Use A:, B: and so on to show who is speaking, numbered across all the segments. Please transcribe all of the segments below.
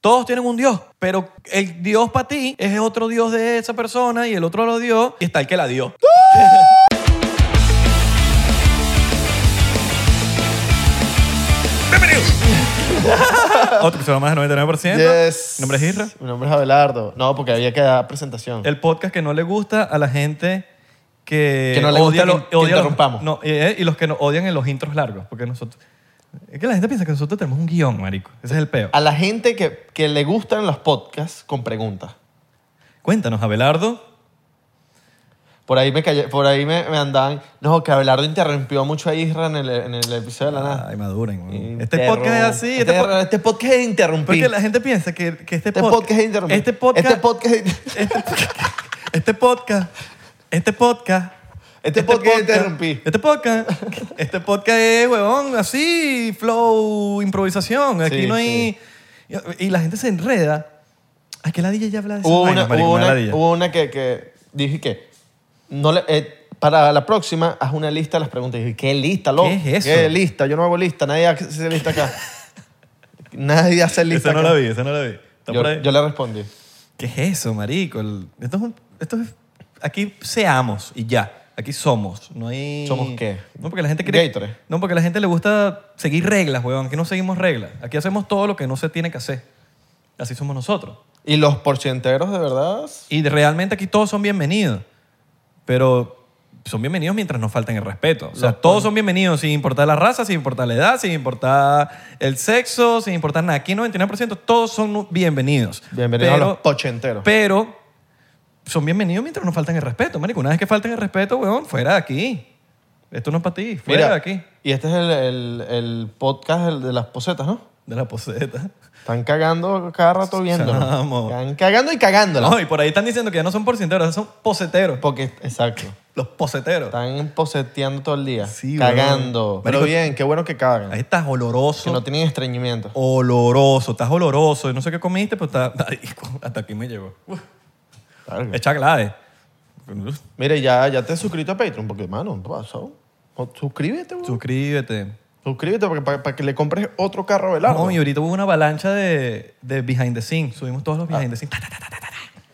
A: Todos tienen un Dios, pero el Dios para ti es otro Dios de esa persona y el otro lo dio y está el que la dio. Bienvenidos. otro episodio más de 99%.
B: Yes.
A: Mi nombre es Isra.
B: Mi nombre es Abelardo. No, porque había que dar presentación.
A: El podcast que no le gusta a la gente que,
B: Que no le
A: odia,
B: gusta
A: lo-
B: que- que
A: odia los-
B: interrumpamos.
A: no, eh, y los que nos odian en los intros largos, porque nosotros... Es que la gente piensa que nosotros tenemos un guión, marico. Ese es el peo.
B: A la gente que, que le gustan los podcasts con preguntas.
A: Cuéntanos, Abelardo.
B: Por ahí me callé- por ahí me, me andaban. No, que Abelardo interrumpió mucho a Isra en el, en el episodio de la nada.
A: Ay, Ah, maduren. weón. Este
B: Interrum-
A: podcast es así. Este
B: Este,
A: po-
B: este podcast es
A: porque
B: interrumpir.
A: la gente piensa que, que este,
B: Este
A: pod-
B: podcast es interrumpir.
A: Este podcast...
B: Este podcast es-
A: este, este podcast... Este podcast...
B: Este podcast es interrumpir.
A: Este podcast... Este podcast es, huevón, así, flow, improvisación. Aquí
B: Sí,
A: no hay... Y, y la gente se enreda. Ay, que ladilla ya habla de esa
B: Hubo
A: vaina,
B: una,
A: marico,
B: hubo
A: me da
B: una-
A: ladilla.
B: hubo una que, que dije que no le- eh, para la próxima haz una lista de las preguntas. Y dije, ¿qué lista, loco?
A: ¿Qué es eso?
B: lista? Yo no hago lista. Nadie hace lista acá. Nadie hace lista
A: Esa no
B: acá.
A: la vi, esa no la vi. Está por ahí.
B: Yo, yo le respondí.
A: ¿Qué es eso, marico? El- esto, es un- esto es- Aquí seamos y ya. Aquí somos. No hay...
B: ¿Somos qué?
A: No, porque la gente cree...
B: Gatorade.
A: No, porque a la gente le gusta seguir reglas, weón. Aquí no seguimos reglas. Aquí hacemos todo lo que no se tiene que hacer. Así somos nosotros.
B: Y los porcienteros, de verdad,
A: Y de- realmente aquí todos son bienvenidos. Pero son bienvenidos mientras nos falten el respeto. O sea,
B: Los
A: todos son bienvenidos sin importar la raza, sin importar la edad, sin importar el sexo, sin importar nada. Aquí 99% todos son bienvenidos.
B: bienvenidos
A: Pero-
B: a los pochenteros.
A: pero son bienvenidos mientras no faltan el respeto, marico. Una vez que faltan el respeto, weón, fuera de aquí. Esto no es para ti, fuera de aquí.
B: Y este es el, el- el podcast el de las posetas, ¿no?
A: De la poseta.
B: Están cagando cada rato viéndonos.
A: Chamo.
B: Están cagando y cagándola.
A: No, y por ahí están diciendo que ya no son porcienteros, ahora son poseteros.
B: Porque, exacto.
A: Los poseteros.
B: Están poseteando todo el día.
A: Sí, weón.
B: cagando.
A: Marico,
B: Pero bien, qué bueno que cagan.
A: Ahí estás oloroso.
B: Que no tienen estreñimiento.
A: Oloroso, estás oloroso. Y no sé qué comiste, pero está. marico, Hasta aquí me llegó.
B: Verga.
A: Echa clave.
B: Mira, ya, ya te has suscrito a Patreon, porque, mano, pasó. Suscríbete, weón.
A: Suscríbete.
B: Suscríbete para, para- para que le compres otro carro de
A: No, y ahorita hubo una avalancha de, de behind the scenes. Subimos todos los behind the scenes. Ta, ta, ta, ta, ta, ta.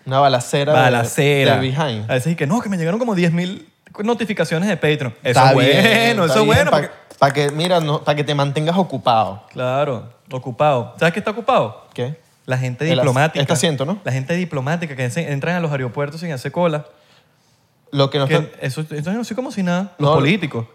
B: Una balacera. Eh, de-
A: balacera.
B: De, behind.
A: A veces y que no, que me llegaron como 10.000 notificaciones de Patreon. Eso
B: Está
A: es bueno,
B: bien, está
A: eso es
B: bien,
A: bueno.
B: Para
A: porque-
B: que, mira, no, para que te mantengas ocupado.
A: Claro, ocupado. ¿Sabes qué está ocupado?
B: ¿Qué?
A: La gente
B: El as-
A: diplomática.
B: este asiento, ¿no?
A: La gente diplomática que se- entran a los aeropuertos sin hacer cola.
B: Lo que no
A: Que
B: está-
A: eso, eso no soy como si nada. Los
B: No.
A: políticos.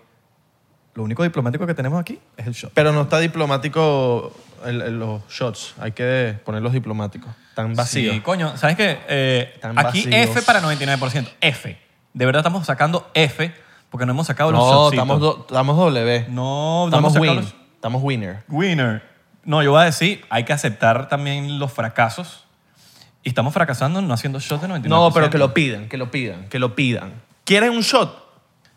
A: Lo único diplomático que tenemos aquí es el shot.
B: Pero no está diplomático el- el- los shots. Hay que ponerlos diplomáticos. Tan vacíos.
A: Sí, coño, ¿sabes qué? Eh,
B: Están
A: aquí
B: vacíos.
A: F para 99%. F. De verdad estamos sacando F porque no hemos sacado los
B: no,
A: shotcitos.
B: estamos, do- estamos W.
A: No, no hemos
B: estamos
A: sacado
B: win.
A: los-
B: Estamos winner.
A: Winner. No, yo voy a decir, hay que aceptar también los fracasos. Y estamos fracasando no haciendo shots de 99%.
B: No, pero que lo pidan, que lo pidan, que lo pidan. ¿Quieren un shot?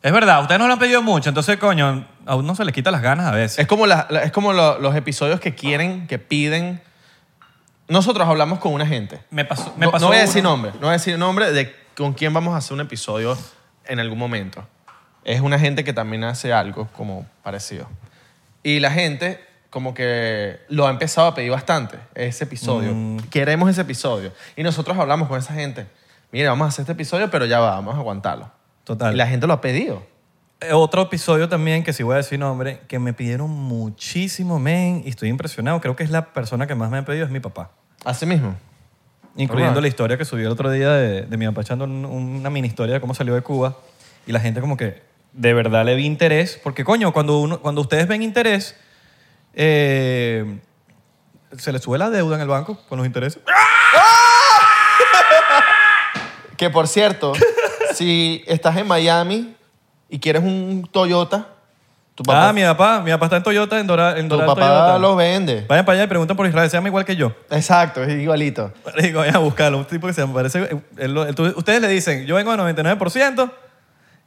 A: Es verdad, ustedes no lo han pedido mucho, entonces, coño, aún no se les quita las ganas a veces.
B: Es como, las- la- es como lo- los episodios que quieren, que piden. Nosotros hablamos con una gente.
A: Me pasó, me
B: no,
A: pasó
B: no voy a
A: uno.
B: decir nombre, no voy a decir nombre de con quién vamos a hacer un episodio en algún momento. Es una gente que también hace algo como parecido. Y la gente como que lo ha empezado a pedir bastante, ese episodio.
A: Mm.
B: Queremos ese episodio. Y nosotros hablamos con esa gente. Mira, vamos a hacer este episodio, pero ya va, vamos a aguantarlo.
A: Total.
B: Y la gente lo ha pedido.
A: Eh, Otro episodio también, que sí voy a decir nombre, que me pidieron muchísimo, men, y estoy impresionado. Creo que es la persona que más me ha pedido, es mi papá.
B: Así mismo.
A: Incluyendo
B: Alright.
A: la historia que subí el otro día de, de mi papá echando un- una mini historia de cómo salió de Cuba. Y la gente como que de verdad le vi interés. Porque, coño, cuando, uno, cuando ustedes ven interés, eh, se les sube la deuda en el banco con los intereses.
B: Que por cierto, si estás en Miami y quieres un Toyota, tu papá,
A: Ah, mi papá, mi papá está en Toyota, en Doral, en
B: tu
A: Doral
B: papá
A: Toyota.
B: lo vende.
A: Vayan para allá y preguntan por Israel, se llama igual que yo.
B: Exacto, es igualito.
A: Marico, vayan a buscarlo. Un tipo que se parece... eh, él lo- él- tú- ustedes le dicen, yo vengo de 99%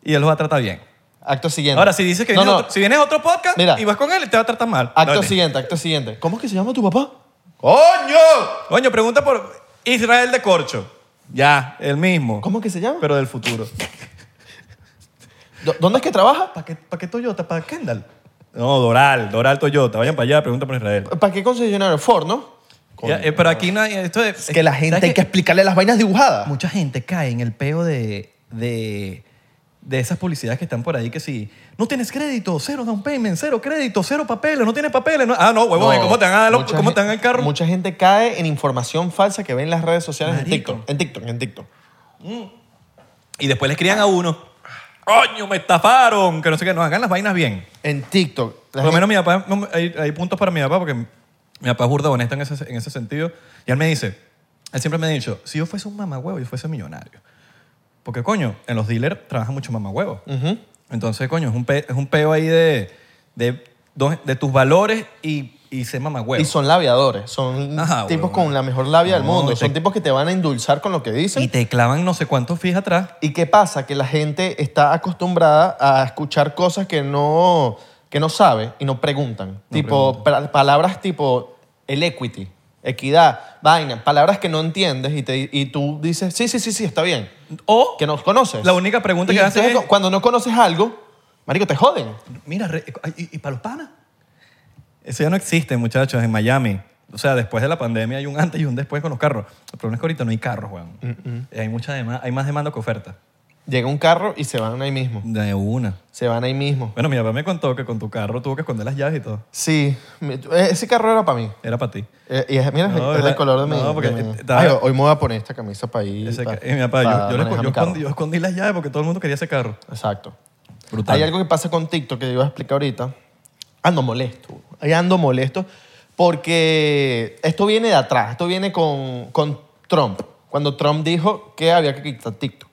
A: y él los va a tratar bien.
B: Acto siguiente.
A: Ahora, si dices que
B: No,
A: vienes
B: no.
A: otro- si vienes a otro podcast
B: Mira.
A: y vas con él, te va a tratar mal.
B: Acto
A: No,
B: siguiente, acto siguiente. ¿Cómo es que se llama tu papá? ¡Coño!
A: Coño, pregunta por Israel de Corcho. Ya, el mismo.
B: ¿Cómo es que se llama?
A: Pero del futuro.
B: ¿Dó- ¿Dónde es que trabaja?
A: ¿Para qué, pa' qué Toyota? ¿Para Kendall? No, Doral, Doral Toyota. Vayan para allá, pregunta por Israel.
B: ¿Para qué concesionario? Ford, ¿no?
A: Ya, eh, pero aquí nadie- esto es,
C: Es que la gente
A: ¿sabes
C: hay que
A: qué?
C: explicarle las vainas dibujadas.
A: mucha gente cae en el peo de, de, de esas publicidades que están por ahí que si no tienes crédito, cero down payment, cero crédito, cero papeles, no tienes papeles. no- ah, no, huevón, ¿y
B: No,
A: ¿cómo te van a dar los-
B: mucha
A: cómo
B: gen-
A: te dan el carro?
B: Mucha gente cae en información falsa que ve en las redes sociales en
A: Marico.
B: TikTok. En TikTok, en TikTok.
A: Y después les crían a uno, coño, me estafaron, que no sé qué, no hagan las vainas bien.
B: En TikTok. la
A: Por lo
B: gente-
A: menos mi papá, no me- hay, hay puntos para mi papá porque mi papá es burda honesta en ese, en ese sentido. Y él me dice, él siempre me ha dicho, si yo fuese un mamagüevo, yo fuese millonario. Porque, coño, en los dealers trabaja mucho mamagüevo.
B: Ujú.
A: Entonces, coño, es un, pe- es un peo ahí de, de, dos- de tus valores y, y ser mamagüevo.
B: Y son labiadores. Son
A: Ajá,
B: tipos
A: huevón.
B: con la mejor labia del
A: No,
B: mundo.
A: y
B: Son
A: te-
B: tipos que te van a endulzar con lo que dicen.
A: Y te clavan no sé cuántos fees atrás.
B: ¿Y qué pasa? Que la gente está acostumbrada a escuchar cosas que no, que no sabe y no preguntan. tipo, pa- palabras tipo el equity, equidad, vaina, palabras que no entiendes y, te, y tú dices, sí, sí, sí, sí, está bien.
A: O
B: Que no conoces.
A: La única pregunta
B: Y
A: que hacen
B: entonces,
A: es-
B: Cuando no conoces algo, marico, te joden.
A: Mira, re- ¿y, para los panas? Eso ya no existe, muchachos, en Miami. O sea, después de la pandemia hay un antes y un después con los carros. El problema es que ahorita no hay carros, weón. Hay, mucha dema- hay más demanda que oferta.
B: Llega un carro y se van ahí mismo.
A: De una.
B: Se van ahí mismo.
A: Bueno, mi papá me contó que con tu carro tuvo que esconder las llaves y todo.
B: Sí, mi- ese carro era para mí.
A: Era para ti.
B: Eh, y es- mira,
A: No,
B: es el
A: ¿verdad?
B: color de mi.
A: No, porque
B: de mi-
A: estaba-
B: Ay, hoy me voy a poner esta camisa para ir.
A: Ese
B: pa-
A: ca- y mi papá,
B: pa
A: yo, yo le- yo
B: manejar mi carro.
A: escondí, yo escondí las llaves porque todo el mundo quería ese carro.
B: Exacto.
A: Brutal.
B: Hay algo que pasa con TikTok que yo iba a explicar ahorita. Ando molesto. Ahí ando molesto porque esto viene de atrás. Esto viene con, con Trump. Cuando Trump dijo que había que quitar TikTok.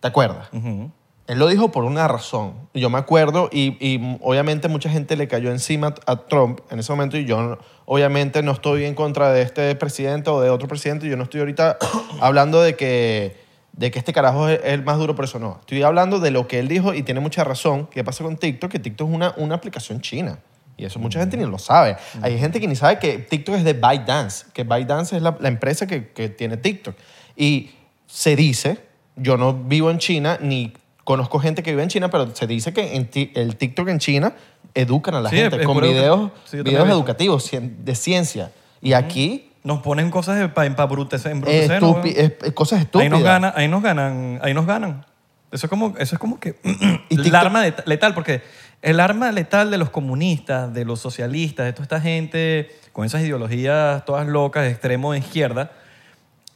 B: ¿Te acuerdas?
A: Ujú.
B: Él lo dijo por una razón. Y Yo me acuerdo y, y m- obviamente mucha gente le cayó encima a Trump en ese momento y yo no- obviamente no estoy en contra de este presidente o de otro presidente. Yo no estoy ahorita hablando de que, de que este carajo es el más duro, por eso no. Estoy hablando de lo que él dijo y tiene mucha razón. ¿Qué pasa con TikTok? Que TikTok es una, una aplicación china. Y eso mucha gente ni lo sabe. Hay gente que ni sabe que TikTok es de ByteDance, que ByteDance es la, la empresa que, que tiene TikTok. Y se dice, yo no vivo en China ni conozco gente que vive en China, pero se dice que en ti- el TikTok en China educan a la
A: Sí,
B: gente
A: es
B: con
A: pura educa-
B: videos,
A: Sí, yo también
B: videos
A: he visto.
B: educativos cien- de ciencia. Y aquí,
A: Nos ponen cosas para embrutecer.
B: eh,
A: embrutecernos,
B: estupi-
A: weón.
B: es- es cosas
A: ahí nos
B: estúpidas.
A: ganan, ahí nos ganan, ahí nos ganan. Eso es como, eso es como que mm,
B: Y
A: el
B: TikTok-
A: arma leta- letal, porque el arma letal de los comunistas, de los socialistas, de toda esta gente con esas ideologías todas locas, de extremo de izquierda,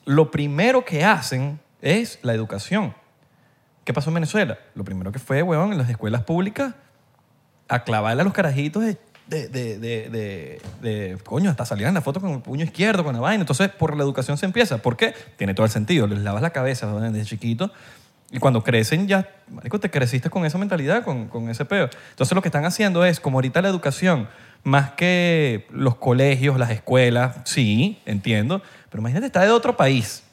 A: lo primero que hacen es la educación. ¿Qué pasó en Venezuela? Lo primero que fue, weón, en las escuelas públicas, a clavarle a los carajitos de, de, de, de, de- de- coño, hasta salir en la foto con el puño izquierdo, con la vaina. Entonces, por la educación se empieza. ¿Por qué? Tiene todo el sentido. Les lavas la cabeza ¿no? desde chiquito. Y cuando crecen ya, marico, te creciste con esa mentalidad, con, con ese peo. Entonces, lo que están haciendo es, como ahorita la educación, más que los colegios, las escuelas, sí, entiendo, pero imagínate, está de otro país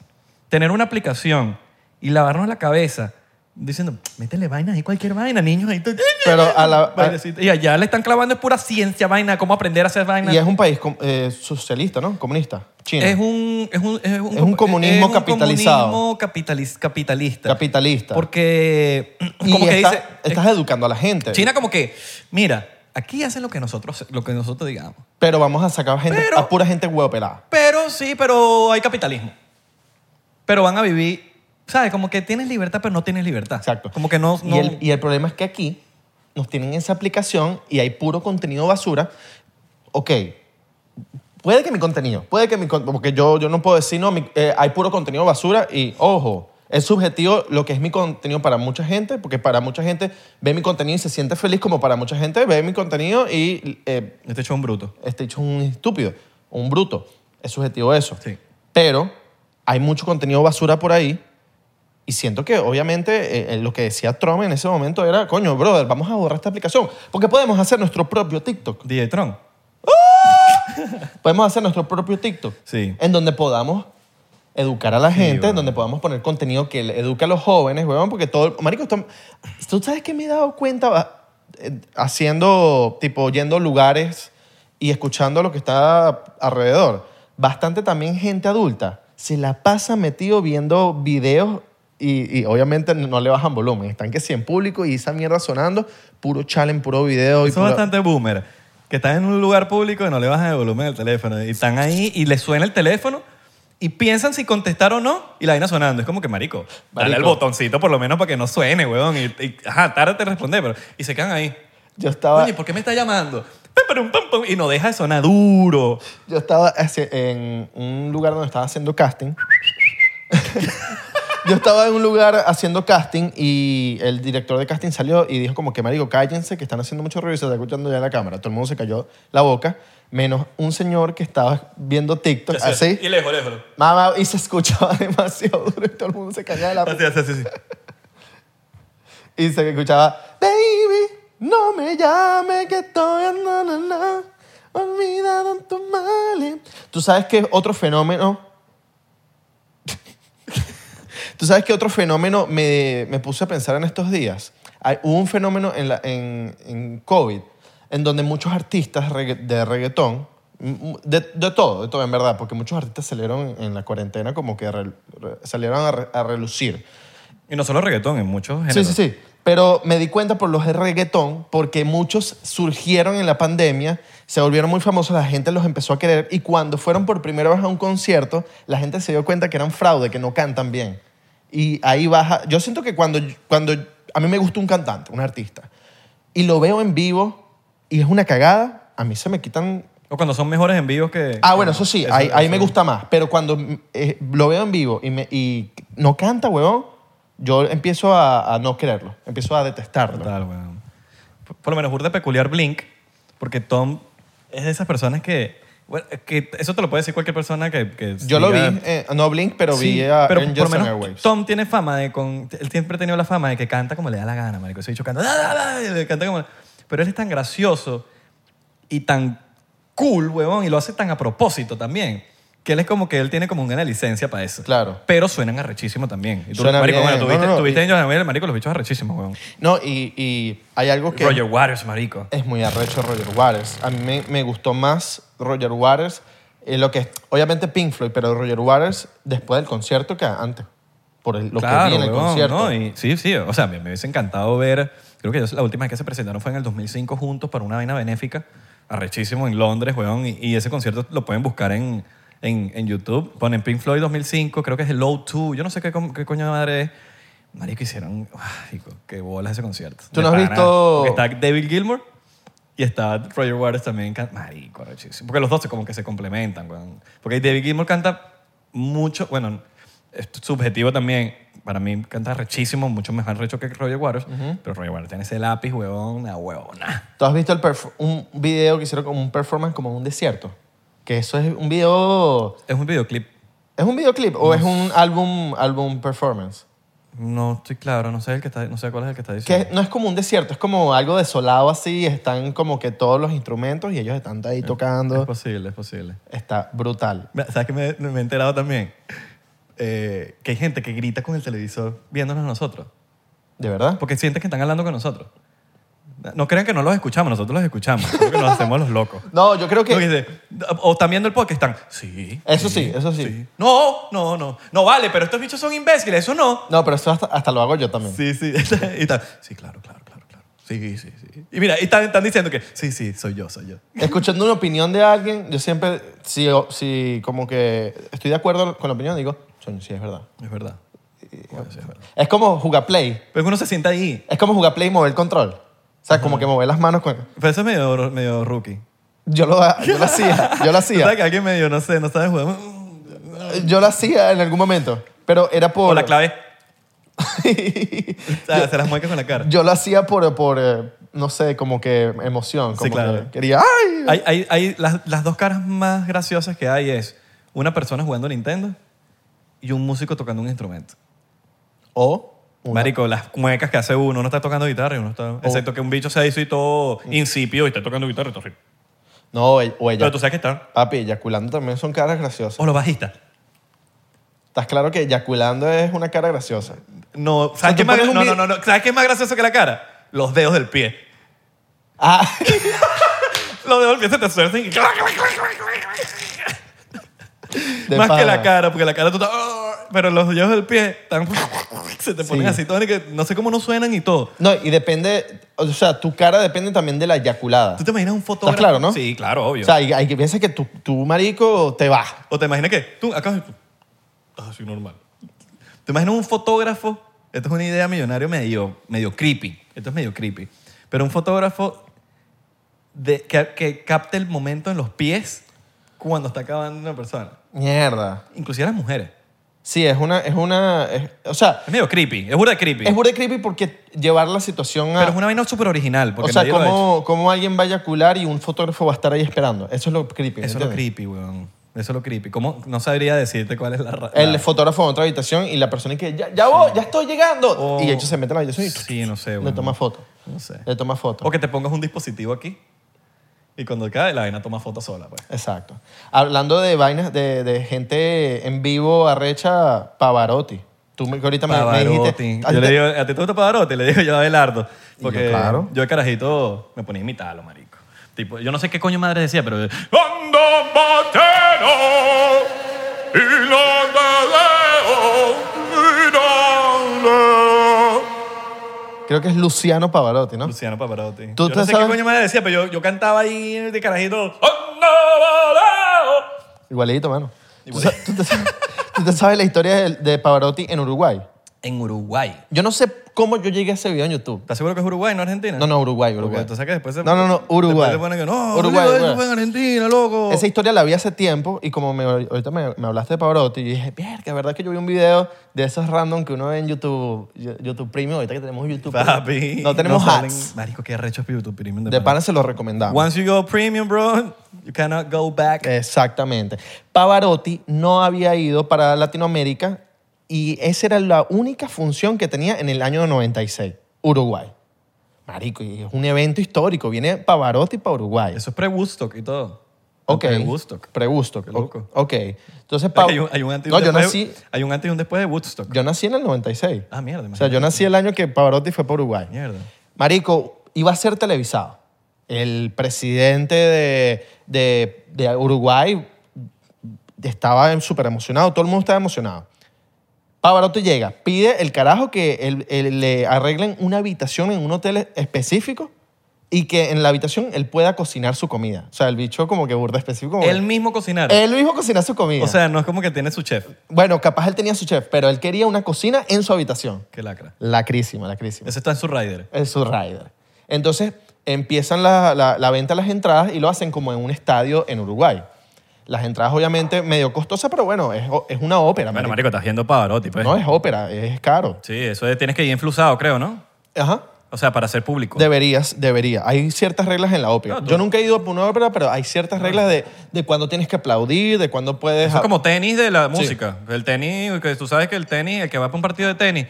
A: tener una aplicación y lavarnos la cabeza diciendo, métele vaina ahí, cualquier vaina, niños ahí. tú-
B: Pero a la-
A: Vainecita. Y allá le están clavando es pura ciencia, vaina, cómo aprender a hacer vaina.
B: Y es un país com- eh, socialista, ¿no? Comunista. China.
A: Es un, es un, es un,
B: Es un comunismo
A: es un
B: capitalizado.
A: comunismo capitali- capitalista.
B: capitalista.
A: Porque
B: y
A: como que
B: está-
A: dice, eh,
B: estás educando a la gente.
A: China como que, mira, aquí hacen lo que nosotros, lo que nosotros digamos.
B: Pero vamos a sacar gente,
A: Pero-
B: a pura gente huevo pelada.
A: Pero sí, pero hay capitalismo. Pero van a vivir, ¿sabes? Como que tienes libertad, pero no tienes libertad.
B: Exacto.
A: Como que no... no
B: Y, el, y el problema es que aquí nos tienen esa aplicación y hay puro contenido basura. Ok, puede que mi contenido, puede que mi con- porque yo, yo no puedo decir, no, mi- eh, hay puro contenido basura y ojo, es subjetivo lo que es mi contenido para mucha gente, porque para mucha gente ve mi contenido y se siente feliz, como para mucha gente ve mi contenido y eh,
A: Este hecho es un bruto.
B: este hecho es un estúpido, un bruto. Es subjetivo eso.
A: Sí.
B: Pero hay mucho contenido basura por ahí y siento que obviamente eh, eh, lo que decía Trump en ese momento era, coño, brother, vamos a borrar esta aplicación porque podemos hacer nuestro propio TikTok.
A: DJ Tron.
B: Podemos hacer nuestro propio TikTok
A: Sí.
B: en donde podamos educar a la gente, en
A: weón.
B: donde podamos poner contenido que le eduque a los jóvenes, weón, porque todo... Marico, esto- tú sabes que me he dado cuenta va, eh, haciendo, tipo, yendo a lugares y escuchando lo que está alrededor. Bastante también gente adulta se la pasa metido viendo videos y, y obviamente no le bajan volumen. Están que sí en público y esa mierda sonando, puro challenge, puro video.
A: Eso
B: y
A: es
B: puro-
A: bastante boomer. Que que están en un lugar público y no le bajan el volumen del teléfono. Y están ahí y les suena el teléfono y piensan si contestar o no y la vaina sonando. Es como que, marico, dale
B: Marico.
A: al botoncito por lo menos para que no suene, weón. Y, y, ajá, tarde te responde, pero... Y se quedan ahí.
B: Yo estaba,
A: Oye, ¿por qué me está llamando? Pam, parum, pam, pam, Y no deja de sonar duro.
B: yo estaba hace- en un lugar donde estaba haciendo casting. yo estaba en un lugar haciendo casting y el director de casting salió y dijo como que, marico, cállense, que están haciendo mucho ruido y se está escuchando ya la cámara. Todo el mundo se cayó la boca, menos un señor que estaba viendo TikTok así.
A: Y lejos, lejos.
B: Mamá, y se escuchaba demasiado duro y todo el mundo se callaba de la
A: Así, así, así. así.
B: Y se escuchaba, baby, no me llame que estoy andando, olvidado en tus males. ¿Tú sabes qué otro fenómeno? ¿Tú sabes qué otro fenómeno me, me puse a pensar en estos días? Hay- hubo un fenómeno en, la- en, en COVID en donde muchos artistas regga- de reggaetón, mm, mm, de, de todo, de todo en verdad, porque muchos artistas salieron en la cuarentena como que re- re- salieron a, re- a relucir.
A: Y no solo reggaetón, en muchos géneros.
B: Sí, sí, sí. Pero me di cuenta por los de reggaetón, porque muchos surgieron en la pandemia, se volvieron muy famosos, la gente los empezó a querer y cuando fueron por primera vez a un concierto, la gente se dio cuenta que eran fraude, que no cantan bien. Y ahí baja. Yo siento que cuando, cuando a mí me gusta un cantante, un artista, y lo veo en vivo y es una cagada, a mí se me quitan
A: O cuando son mejores en vivos que...
B: Ah, bueno, eso sí, ahí, ahí me
A: eso-
B: gusta más. Pero cuando mm, eh, lo veo en vivo y, me- y no canta, huevón, yo empiezo a, a no quererlo, empiezo a detestarlo.
A: Total, weón. Por, por lo menos burda peculiar Blink, porque Tom es de esas personas que... bueno, que eso te lo puede decir cualquier persona que... que
B: Yo lo vi,
A: siga-
B: eh, no Blink, pero
A: Sí,
B: vi a
A: pero
B: Angels
A: por lo
B: and
A: menos
B: Airwaves.
A: Tom tiene fama de con él siempre ha tenido la fama de que canta como le da la gana marico ese dicho canta "Da, da, da", y le canta como pero él es tan gracioso y tan cool huevón y lo hace tan a propósito también que él es como que él tiene como una licencia para eso
B: Claro.
A: pero suenan arrechísimo también y tú
B: Suena
A: marico
B: bien.
A: bueno
B: No,
A: tuviste
B: no, no.
A: tuviste Angels and Airwaves, marico los bichos arrechísimos huevón
B: No, y, y hay algo que
A: Roger Waters marico
B: es muy arrecho Roger Waters. A mí me, me gustó más Roger Waters, eh, lo que es, obviamente Pink Floyd, pero Roger Waters después del concierto que antes, por el- lo que vi en el
A: huevón,
B: concierto.
A: ¿no? Y- sí, sí. O sea, me, me hubiese encantado ver. Creo que ellos la última vez que se presentaron fue en el 2005 juntos para una vaina benéfica. Arrechísimo en Londres, weón. Y, y ese concierto lo pueden buscar en, en, en YouTube. Ponen Pink Floyd 2005, creo que es el Low 2. Yo no sé qué, com- qué coño de madre es. Marico, hicieron. Marico, qué bolas ese concierto.
B: ¿Tú
A: De
B: no has
A: pana.
B: visto-
A: Porque Está David Gilmour y está Roger Waters también. can- Marico, arrechísimo. Porque los dos se- como que se complementan, weón. Porque David Gilmour canta mucho, bueno, es subjetivo también. Para mí canta rechísimo, mucho mejor recho que Roger Waters. Pero Roger Waters tiene ese lápiz, huevón, la huevona.
B: ¿Tú has visto el perfo- un video que hicieron como un performance como en un desierto? Que eso es un video...
A: Es un videoclip.
B: ¿Es un videoclip o es un álbum, álbum performance?
A: No estoy claro, no sé, el que está, no sé cuál es el que está
B: Que
A: diciendo.
B: no es como un desierto, es como algo desolado así, están como que todos los instrumentos y ellos están ahí
A: Es
B: tocando.
A: posible, es posible.
B: Está brutal.
A: Mira, ¿Sabes qué me, me he enterado también? Eh, que hay gente que grita con el televisor viéndonos a nosotros.
B: ¿De verdad?
A: Porque sienten que están hablando con nosotros. No crean que no los escuchamos, nosotros los escuchamos. Creo que nos hacemos los locos.
B: No, yo creo
A: No, que
B: que...
A: dice, o están viendo el podcast, están. Sí.
B: Eso sí, eso sí.
A: No, no, no. No vale, pero estos bichos son imbéciles, eso no.
B: No, pero eso hasta, hasta lo hago yo también.
A: Sí, sí. y están, sí, claro, claro, claro, claro. Sí, sí, sí. Y mira, y están, están diciendo que sí, sí, soy yo, soy yo.
B: Escuchando una opinión de alguien, yo siempre, si, si como que estoy de acuerdo con la opinión, digo, "Coño, sí, es verdad.
A: Es verdad. Bueno, sí, es verdad.
B: Es como jugar play.
A: Pero uno se sienta ahí.
B: Es como jugar play y mover el control. O sea, como que mover las manos con...
A: Pero eso es medio, medio rookie.
B: Yo lo, yo lo hacía, yo lo
A: O sea,
B: hacía.
A: que alguien medio, no sé, no sabe jugar.
B: Yo lo hacía en algún momento, pero era por...
A: O la clave. O sea, se las muecas con la cara.
B: yo lo hacía por, por eh, no sé, como que emoción. Como
A: Sí, claro.
B: que quería, ¡ay!
A: Hay, hay- hay- las, las dos caras más graciosas que hay es una persona jugando Nintendo y un músico tocando un instrumento.
B: O... una- Oh.
A: Marico, las muecas que hace uno, uno está tocando guitarra y uno está... Excepto que un bicho se hizo y todo incipio y está tocando guitarra y todo así.
B: No, e- o ella.
A: Pero tú sabes que está...
B: Papi, eyaculando también son caras graciosas.
A: O los bajistas.
B: Estás claro que eyaculando es una cara graciosa.
A: No,
B: sea,
A: ¿sabes
B: tú
A: qué más,
B: pones un
A: no, no,
B: vi-
A: no, no. ¿Sabes qué es más gracioso que la cara? Los dedos del pie.
B: Ah,
A: Los dedos del pie se te sueltan y...
B: De
A: más que
B: pana.
A: la cara, porque la cara tú estás... "Oh", pero los dedos del pie están, se te ponen así todo, y que no sé cómo no suenan y todo.
B: No, y depende, o sea, tu cara depende también de la eyaculada.
A: ¿Tú te imaginas un fotógrafo?
B: claro, no?
A: Sí, claro, obvio.
B: O sea, hay, hay que piensa que tu, tu marico te va.
A: O te imaginas que tú acabas de... Estás así normal. ¿Te imaginas un fotógrafo? Esto es una idea millonario medio, medio creepy. Esto es medio creepy. Pero un fotógrafo de, que, que capte el momento en los pies cuando está acabando una persona.
B: Mierda.
A: Inclusive las mujeres.
B: Sí, es una, es una, es- o sea,
A: Es medio creepy. Es burda de creepy.
B: es burda de creepy porque llevar la situación a...
A: pero es una vaina súper original. Porque
B: o sea,
A: nadie lo ha hecho.
B: cómo, cómo alguien va a eyacular y un fotógrafo va a estar ahí esperando. Eso es lo creepy.
A: Eso es lo
B: ¿entiendes?
A: creepy, weón. Eso es lo creepy. ¿Cómo? No sabría decirte cuál es la... ra-
B: El
A: la-
B: fotógrafo en otra habitación y la persona que ya, ya voy, ya estoy llegando.
A: O-
B: Y de hecho se mete en la habitación y
A: Oh. Sí, no sé,
B: le
A: weón.
B: toma foto.
A: No sé.
B: Le toma foto.
A: O que te pongas un dispositivo aquí y cuando cae la vaina toma foto sola, pues.
B: Exacto. Hablando de vainas de, de gente en vivo arrecha, Pavarotti. Tú me- que ahorita me- me
A: Pavarotti.
B: dijiste.
A: Yo le digo, ¿a ti te gusta Pavarotti? Le digo yo a Abelardo. Porque
B: yo,
A: yo,
B: claro.
A: de carajito me ponía a imitarlo, marico. Tipo, yo no sé qué coño madre decía, pero... "Oh, Cuando batero y lo veo
B: Creo que es Luciano Pavarotti, ¿no?
A: Luciano Pavarotti.
B: ¿Tú
A: yo
B: te
A: no sé
B: sabes?
A: qué coño madre decía, pero yo, yo cantaba ahí de carajito... "Oh, "Cuando batero".
B: Igualito, mano. ¿Tú, sa- tú te, sabes- tú te sabes la historia de, de Pavarotti en Uruguay?
A: En Uruguay.
B: Yo no sé cómo yo llegué a ese video en YouTube.
A: ¿Estás seguro que es Uruguay, no Argentina?
B: No, no, Uruguay,
A: Porque
B: Uruguay.
A: tú sabes que después se-
B: No, no, no,
A: Después
B: Uruguay.
A: te ponen que no,
B: Uruguay,
A: Uruguay,
B: Uruguay.
A: fue en Argentina, loco.
B: Esa historia la vi hace tiempo y como me, ahorita me, me hablaste de Pavarotti, yo dije, verga, ¿verdad que yo vi un video de esos random que uno ve en YouTube, Yo- YouTube Premium? Ahorita que tenemos YouTube
A: Papi.
B: Premium. No tenemos
A: salen-
B: ads.
A: Marico, qué recho es YouTube Premium.
B: De
A: pana.
B: pana se los recomendamos.
A: Once you go premium, bro, you cannot go back.
B: Eh. Exactamente. Pavarotti no había ido para Latinoamérica y esa era la única función que tenía en el año 96, Uruguay. Marico, y es un evento histórico. Viene Pavarotti para Uruguay.
A: Eso es pre-Woodstock y todo.
B: Ok.
A: Pre-Woodstock.
B: Pre-Woodstock.
A: Qué loco.
B: O- Ok. Entonces, Pau-
A: Hay un, hay un antes y
B: No,
A: un
B: yo
A: después.
B: nací,
A: Hay un antes y un después de Woodstock.
B: yo nací en el 96.
A: Ah, mierda,
B: o sea,
A: imagínate.
B: yo nací el año que Pavarotti fue para Uruguay.
A: Mierda.
B: Marico, iba a ser televisado. El presidente de, de- de Uruguay estaba súper emocionado, todo el mundo estaba emocionado. Pavarotti llega, pide el carajo que el- el- le arreglen una habitación en un hotel específico y que en la habitación él pueda cocinar su comida. O sea, el bicho como que burda específico. como
A: Él mismo cocinar.
B: que- él mismo cocina su comida.
A: O sea, no es como que tiene su chef.
B: bueno, capaz él tenía su chef, pero él quería una cocina en su habitación.
A: Qué lacra.
B: La crísima, la crísima.
A: Ese está en su rider.
B: El Surrider. Entonces empiezan la, la- la venta de las entradas y lo hacen como en un estadio en Uruguay. Las entradas obviamente medio costosas, pero bueno, es, o- es una ópera.
A: Bueno,
B: marico.
A: marico, estás viendo Pavarotti, pues.
B: No es ópera, es caro.
A: Sí, eso es- tienes que ir influsado, creo, ¿no?
B: Ajá.
A: O sea, para ser público.
B: Deberías, debería. Hay ciertas reglas en la ópera.
A: Claro, tú-
B: Yo nunca he ido a una ópera, pero hay ciertas reglas de, de cuándo tienes que aplaudir, de cuándo puedes...
A: Eso es como tenis de la música. El tenis, que tú sabes que el tenis, el que va para un partido de tenis,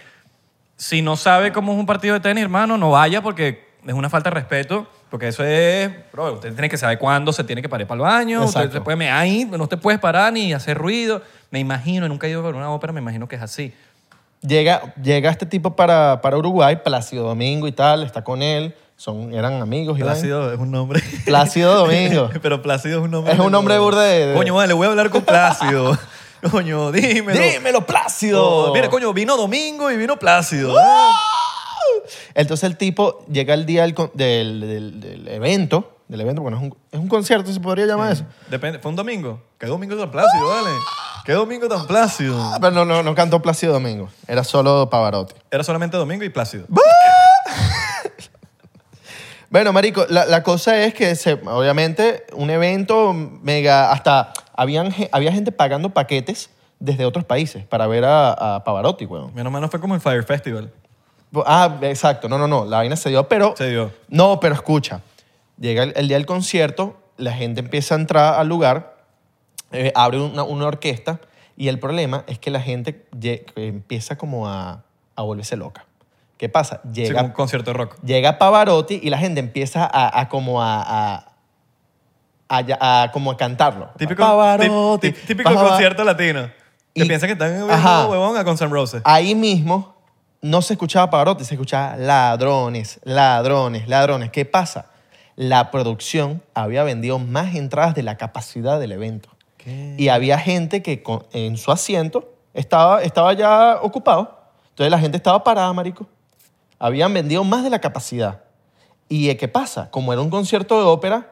A: si no sabe cómo es un partido de tenis, hermano, no vaya porque es una falta de respeto. Porque eso es, bro, usted tiene que saber cuándo se tiene que parar para el baño. Usted
B: Exacto.
A: se puede mear ahí, no te puedes parar ni hacer ruido. Me imagino, nunca he ido a ver una ópera, me imagino que es así.
B: Llega, llega este tipo para, para Uruguay, Plácido Domingo y tal, está con él, son, eran amigos. y vaina.
A: Plácido es un nombre.
B: Plácido Domingo.
A: Pero Plácido es un nombre.
B: Es un nombre burda de- de-
A: Coño, vale, voy a hablar con Plácido. coño, dímelo. Oh.
B: Dímelo, Plácido.
A: Mira, coño, vino Domingo y vino Plácido.
B: Entonces el tipo llega el día del, con- del- del- del evento, del evento, porque no es un, es un concierto, se podría llamar eso.
A: Depende, ¿fue un domingo? ¿Qué domingo tan plácido, vale? ¿Qué domingo tan plácido?
B: Ah, pero no, no, no cantó Plácido Domingo, era solo Pavarotti.
A: Era solamente domingo y plácido.
B: Bueno, marico, la, la cosa es que se- obviamente un evento mega, hasta habían, ge- había gente pagando paquetes desde otros países para ver a, a Pavarotti, weón.
A: Menos mal no fue como el Fire Festival.
B: Ah, exacto, no, no, no, la vaina se dio, pero...
A: Se dio.
B: No, pero escucha, llega el, el día del concierto, la gente empieza a entrar al lugar, eh, abre una, una orquesta y el problema es que la gente lle- empieza como a, a volverse loca. ¿Qué pasa?
A: Sí,
B: Llega,
A: como un concierto de rock.
B: llega Pavarotti y la gente empieza a, a como a... a a ya- a como a cantarlo.
A: Típico,
B: Pavarotti,
A: tí- tí- típico
B: Pava-
A: concierto latino. Que
B: Y-
A: piensan que están viendo
B: Ajá. Ah,
A: huevón a Guns N' Roses.
B: Ahí mismo no se escuchaba Pavarotti, se escuchaba ladrones, ladrones, ladrones. ¿Qué pasa? La producción había vendido más entradas de la capacidad del evento.
A: ¿Qué?
B: Y había gente que con- en su asiento estaba, estaba ya ocupado. Entonces la gente estaba parada, marico. Habían vendido más de la capacidad. ¿Y eh, qué pasa? Como era un concierto de ópera,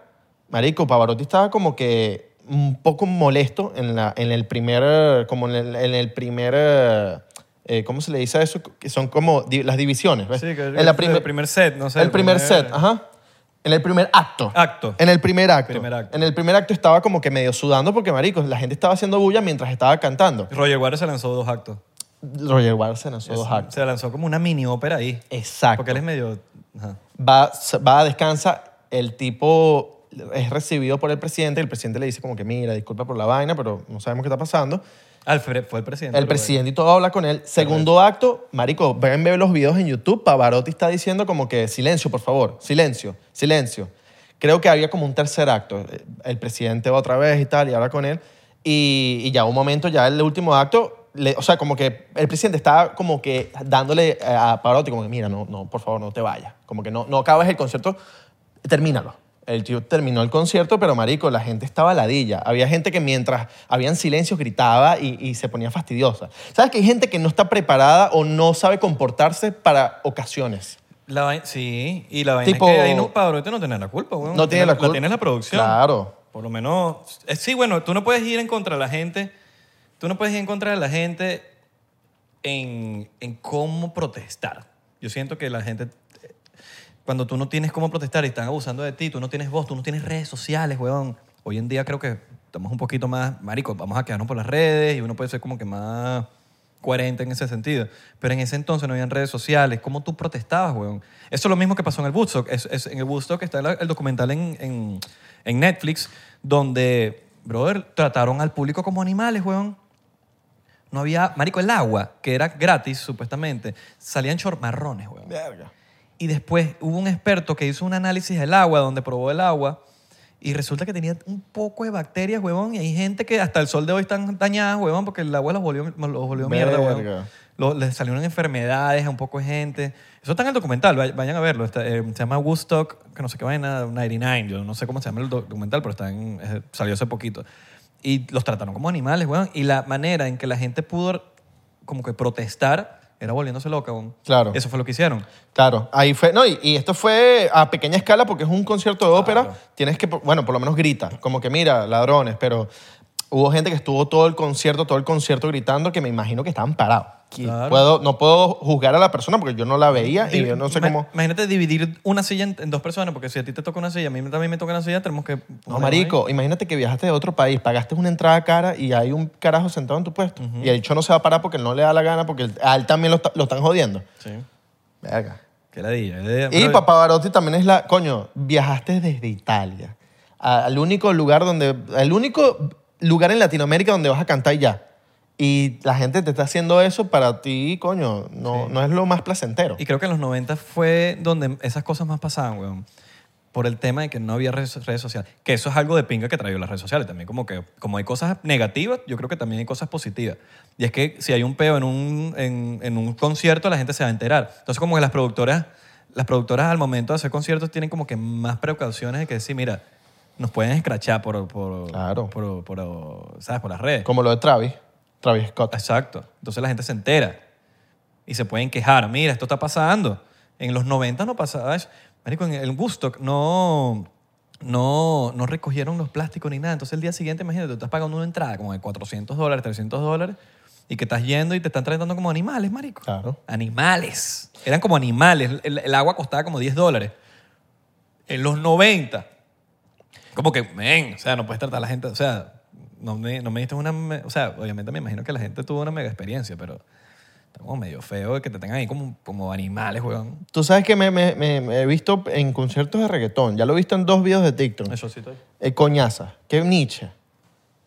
B: marico, Pavarotti estaba como que un poco molesto en, la, en el primer, eh, como en el, en el primer, eh, eh, ¿cómo se le dice a eso? Que son como di- las divisiones, ¿ves?
A: Sí, que-
B: en la primer-
A: el primer set, no sé.
B: el primer set, ajá. En el primer acto.
A: Acto.
B: En el primer acto.
A: Primer acto.
B: En el primer acto estaba como que medio sudando porque, marico, la gente estaba haciendo bulla mientras estaba cantando.
A: Roger Waters se lanzó dos actos.
B: Roger Waters se lanzó dos actos.
A: Se lanzó como una mini ópera ahí.
B: Exacto.
A: Porque él es medio... ajá.
B: va, va a descansa, el tipo es recibido por el presidente, y el presidente le dice como que mira, disculpa por la vaina, pero no sabemos qué está pasando.
A: Alfred fue el presidente.
B: El
A: pero bueno.
B: presidente y todo habla con él. Segundo acto, marico, ven ver los videos en YouTube, Pavarotti está diciendo como que silencio, por favor, silencio, silencio. Creo que había como un tercer acto. El presidente va otra vez y tal, y habla con él. Y, y ya un momento, ya el último acto, le- o sea, como que el presidente estaba como que dándole eh, a Pavarotti como que mira, no, no, por favor, no te vayas. Como que no, no acabes el concierto, termínalo. El tío terminó el concierto, pero marico, la gente estaba ladilla. Había gente que mientras habían silencios gritaba y, y se ponía fastidiosa. ¿Sabes que hay gente que no está preparada o no sabe comportarse para ocasiones?
A: La vai- sí, y la vaina
B: Tipo-
A: es que ahí no, Pavarotti no tiene la culpa, weón.
B: No tiene la culpa.
A: La tiene la producción.
B: Claro.
A: Por lo menos... eh, Sí, bueno, tú no puedes ir en contra de la gente. Tú no puedes ir en contra de la gente en, en cómo protestar. Yo siento que la gente... eh, Cuando tú no tienes cómo protestar y están abusando de ti, tú no tienes voz, tú no tienes redes sociales, weón. Hoy en día creo que estamos un poquito más... Marico, vamos a quedarnos por las redes y uno puede ser como que más coherente en ese sentido. Pero en ese entonces no habían redes sociales. ¿Cómo tú protestabas, weón? Eso es lo mismo que pasó en el Woodstock. Es- es- en el Woodstock está la- el documental en, en- en Netflix donde, brother, trataron al público como animales, weón. No había, marico, el agua, que era gratis supuestamente, salían chormarrones, weón.
B: Verga.
A: Y después hubo un experto que hizo un análisis del agua, donde probó el agua, y resulta que tenía un poco de bacterias, huevón, y hay gente que hasta el sol de hoy están dañadas, huevón, porque el agua los volvió, los volvió mierda, huevón.
B: Verga.
A: Lo- les salieron enfermedades a un poco de gente. Eso está en el documental, vay- vayan a verlo. Está, eh, se llama Woodstock, que no sé qué vaina, 99, yo no sé cómo se llama el doc- documental, pero está en- eh, salió hace poquito. Y los trataron como animales, huevón, y la manera en que la gente pudo como que protestar era volviéndose loca, huevón.
B: Claro.
A: Eso fue lo que hicieron.
B: Claro, ahí fue. No, y, y esto fue a pequeña escala porque es un concierto de ópera.
A: Claro.
B: Tienes que, bueno, por lo menos grita. Como que mira, ladrones, pero hubo gente que estuvo todo el concierto, todo el concierto gritando que me imagino que estaban parados. Que
A: Claro.
B: Puedo, no puedo juzgar a la persona porque yo no la veía y
A: Divi-
B: yo no sé
A: ima-
B: cómo.
A: Imagínate dividir una silla en, en dos personas, porque si a ti te toca una silla, a mí también me toca una silla, tenemos que...
B: No, marico, imagínate que viajaste de otro país, pagaste una entrada cara y hay un carajo sentado en tu puesto. Y el hecho no se va a parar porque él no le da la gana, porque él- a él también lo, está- lo están jodiendo.
A: Sí.
B: Verga.
A: Qué ladilla. eh,
B: Y
A: pero-
B: Paparotti también es la. Coño, viajaste desde Italia. a- Al único lugar donde. Al único lugar en Latinoamérica donde vas a cantar y ya. Y la gente te está haciendo eso para ti, coño. No, no es lo más placentero.
A: Y creo que en los 90 fue donde esas cosas más pasaban, weón. Por el tema de que no había redes, redes sociales. Que eso es algo de pinga que trajo las redes sociales también. Como que como hay cosas negativas, yo creo que también hay cosas positivas. Y es que si hay un peo en un, en, en un concierto, la gente se va a enterar. Entonces como que las productoras, las productoras al momento de hacer conciertos tienen como que más precauciones de que decir, mira, nos pueden escrachar por, por,
B: Claro.
A: por, por, ¿sabes? por las redes.
B: Como lo de Travis. Travis Scott.
A: Exacto. Entonces la gente se entera y se pueden quejar. Mira, esto está pasando. En los 90 no pasaba eso. Marico, en el Woodstock no, no, no recogieron los plásticos ni nada. Entonces el día siguiente, imagínate, tú estás pagando una entrada como de 400 dólares, 300 dólares y que estás yendo y te están tratando como animales, marico.
B: Claro.
A: Animales. Eran como animales. El, el agua costaba como 10 dólares. En los 90. Como que, men, o sea, no puedes tratar a la gente, o sea, no me, no me diste una... me- O sea, obviamente me imagino que la gente tuvo una mega experiencia, pero está como medio feo que te tengan ahí como, como animales, weón.
B: Tú sabes que me, me- me- me he visto en conciertos de reggaetón. Ya lo he visto en dos videos de TikTok.
A: Eso sí estoy.
B: Eh, coñaza. Qué Nietzsche.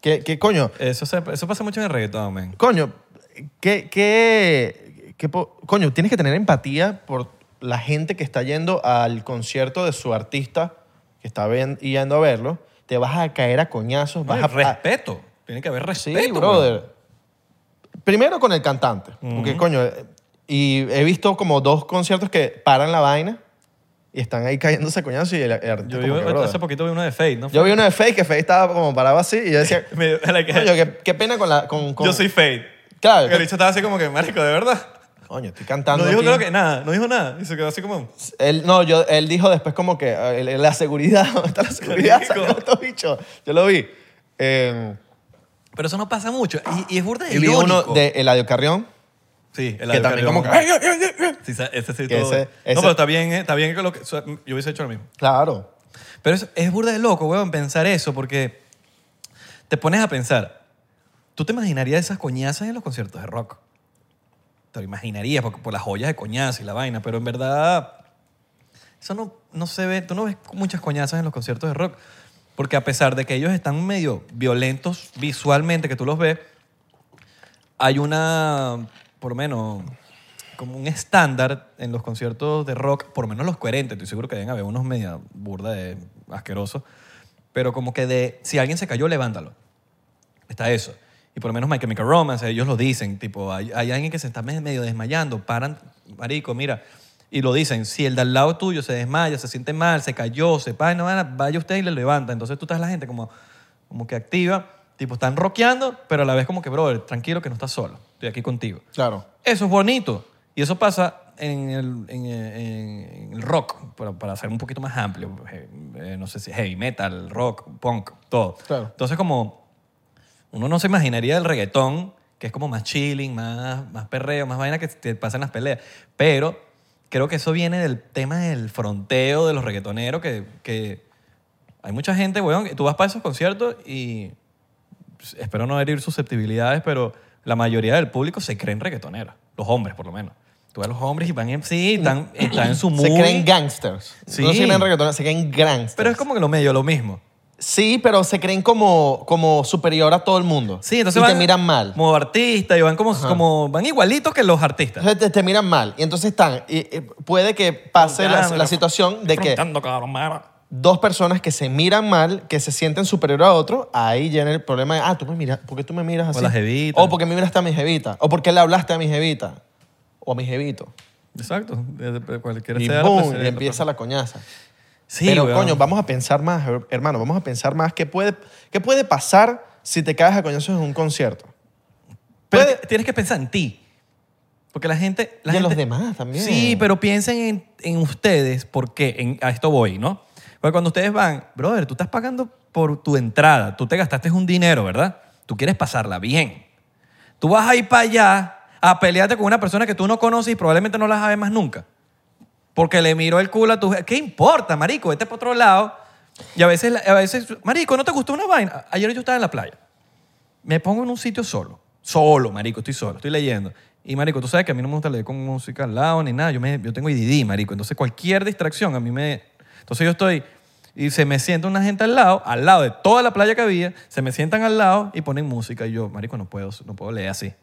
B: Qué, qué coño.
A: Eso, se- eso pasa mucho en el reggaetón, men.
B: Coño, ¿qué, qué, qué po- coño, tienes que tener empatía por la gente que está yendo al concierto de su artista, que está ven- yendo a verlo. Te vas a caer a
A: No,
B: coñazos. Vas
A: y
B: a, a-
A: respeto. Tiene que haber
B: Sí,
A: respeto, weón.
B: brother. Primero con el cantante. Porque, coño, eh, y he visto como dos conciertos que paran la vaina y están ahí cayéndose a coñazos y el, el artista
A: Yo
B: como
A: vi,
B: que, brother.
A: hace poquito vi uno de Fade, ¿no?
B: Yo vi uno de Fade que Fade estaba como parado así y yo decía,
A: Me- la que-
B: coño, qué, qué pena con Ah, la... Con, con-
A: Yo soy Fade.
B: Claro.
A: El bicho estaba así como que, marico, ¿de verdad?
B: Coño, estoy
A: No
B: cantando.
A: dijo
B: aquí.
A: creo que nada, no dijo nada. Y se quedó así como...
B: Él, no, yo, él dijo después como que eh, el- la seguridad, ¿dónde está la seguridad?
A: Marico.
B: Sacaron estos bichos. Yo lo vi. Eh,
A: Pero eso no pasa mucho. Y, y es burda de
B: y vi uno
A: irónico.
B: de Eladio Carrión,
A: Sí, el
B: que también como que...
A: avión. Sí, sa- ese sí
B: Que
A: todo-
B: ese- ese-
A: No, pero está bien, eh, está bien que lo que... o sea, Yo hubiese hecho lo mismo.
B: Claro.
A: Pero es, es burda de loco, weón, pensar eso, porque te pones a pensar, ¿tú te imaginarías esas coñazas en los conciertos de rock? Te lo imaginarías por, por las joyas de coñazas y la vaina, pero en verdad eso no, no se ve, tú no ves muchas coñazas en los conciertos de rock, porque a pesar de que ellos están medio violentos visualmente, que tú los ves, hay una, por lo menos, como un estándar en los conciertos de rock, por lo menos los coherentes, estoy seguro que deben haber unos media burda de asquerosos, pero como que de, si alguien se cayó, levántalo. Está eso. Y por lo menos My Chemical Romance, ellos lo dicen, tipo, hay, hay alguien que se está me- medio desmayando, paran, marico, mira, y lo dicen, si el de al lado tuyo se desmaya, se siente mal, se cayó, se paga, no, vaya usted y le levanta. Entonces tú estás la gente como, como que activa, tipo, están rockeando, pero a la vez como que, brother, tranquilo que no estás solo, estoy aquí contigo.
B: Claro.
A: Eso es bonito. Y eso pasa en el, en, en- en el rock, para, para ser un poquito más amplio. eh, eh, no sé si heavy metal, rock, punk, todo.
B: Claro.
A: Entonces, como uno no se imaginaría el reggaetón, que es como más chilling, más, más perreo, más vaina que te pasan las peleas. Pero creo que eso viene del tema del fronteo de los reggaetoneros, que, que hay mucha gente, weón, que tú vas para esos conciertos y pues, espero no herir susceptibilidades, pero la mayoría del público se creen reggaetoneros. Los hombres, por lo menos. Tú ves a los hombres y van en sí, están, están en su mood.
B: Se creen gangsters.
A: Sí.
B: No se creen reggaetoneros, se creen gangsters.
A: Pero es como que lo medio, lo mismo.
B: Sí, pero se creen como, como superior a todo el mundo.
A: Sí, entonces
B: y
A: van
B: te miran mal.
A: Como artistas y van como, como van igualitos que los artistas.
B: Entonces te, te miran mal. Y entonces están. Y, y puede que pase la, la situación de que
A: Afrontando, cabrón, mara.
B: dos personas que se miran mal, que se sienten superior a otro, ahí llena el problema de, ah, tú me miras, ¿por qué tú me miras así?
A: la jevita.
B: O porque me miraste a mi jevita. O porque le hablaste a mi jevita. O a mi jevito.
A: Exacto. Desde- desde Cualquiera
B: Y
A: sea la
B: boom,
A: presidenta. pues.
B: y empieza la coñaza.
A: Sí,
B: Pero
A: weón.
B: coño, vamos a pensar más, her- hermano, vamos a pensar más. ¿Qué puede, qué puede pasar si te caes a coñazos en un concierto?
A: Pero
B: puede-
A: t- tienes que pensar en ti. Porque la gente... La
B: y en los
A: gente-
B: demás también.
A: Sí, pero piensen en, en ustedes, porque en, a esto voy, ¿no? Porque cuando ustedes van, brother, tú estás pagando por tu entrada, tú te gastaste un dinero, ¿verdad? Tú quieres pasarla bien. Tú vas a ir para allá a pelearte con una persona que tú no conoces y probablemente no la sabes más nunca. Porque le miró el culo a tu... je- ¿Qué importa, marico? Vete para otro lado. Y a veces, la- a veces, marico, ¿no te gustó una vaina? Ayer yo estaba en la playa me pongo en un sitio solo. Solo, marico, estoy solo, estoy leyendo. Y, marico, tú sabes que a mí no me gusta leer con música al lado ni nada. Yo, me, yo tengo IDD, marico. Entonces, cualquier distracción a mí me... Entonces, yo estoy... Y se me sienta una gente al lado, al lado de toda la playa que había. Se me sientan al lado y ponen música. Y yo, marico, no puedo, no puedo leer así.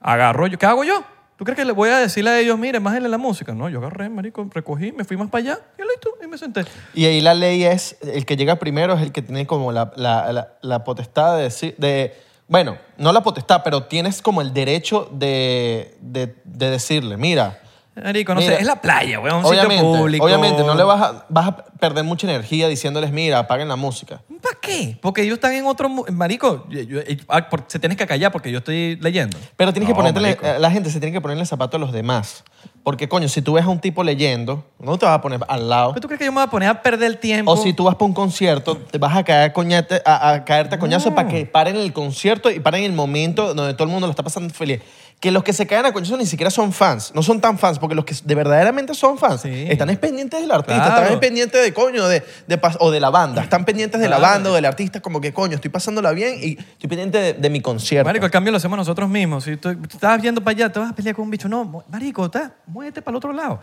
A: Agarro yo. ¿Qué hago yo? ¿Tú crees que le voy a decirle a ellos, miren, bájenle la música? No, yo agarré, marico, recogí, me fui más para allá y listo, y me senté.
B: Y ahí la ley es, el que llega primero es el que tiene como la, la- la- la potestad de decir, de, bueno, no la potestad, pero tienes como el derecho de, de- de decirle, mira,
A: Marico, no
B: Mira,
A: sé, es la playa, weón, un
B: obviamente,
A: sitio público.
B: obviamente no le vas a, vas a perder mucha energía diciéndoles, mira, apaguen la música.
A: ¿Para qué? Porque ellos están en otro... mu- Marico, yo- yo- ah, por- se tienes que acallar porque yo estoy leyendo.
B: Pero tienes
A: No,
B: que ponerle,
A: marico.
B: eh, la gente se tiene que ponerle zapato a los demás. Porque, coño, si tú ves a un tipo leyendo, no te vas a poner al lado.
A: ¿Pero tú crees que yo me voy a poner a perder el tiempo?
B: O si tú vas para un concierto, te vas a, caer a coñate- a, a caerte a coñazo
A: No.
B: para que paren el concierto y paren el momento donde todo el mundo lo está pasando feliz. Que los que se caen a coñazo ni siquiera son fans, no son tan fans, porque los que de verdaderamente son fans
A: Sí.
B: están es pendientes del artista,
A: Claro. Mm.
B: están es pendientes de coño, de, de pas- o de la banda, están pendientes de la
A: Claro.
B: banda o del artista, como que coño, estoy pasándola bien y estoy pendiente de, de mi concierto.
A: Marico, el cambio lo hacemos nosotros mismos. Si tú, tú estabas yendo para allá, te vas a pelear con un bicho. No, mu- marico, está, muévete para el otro lado.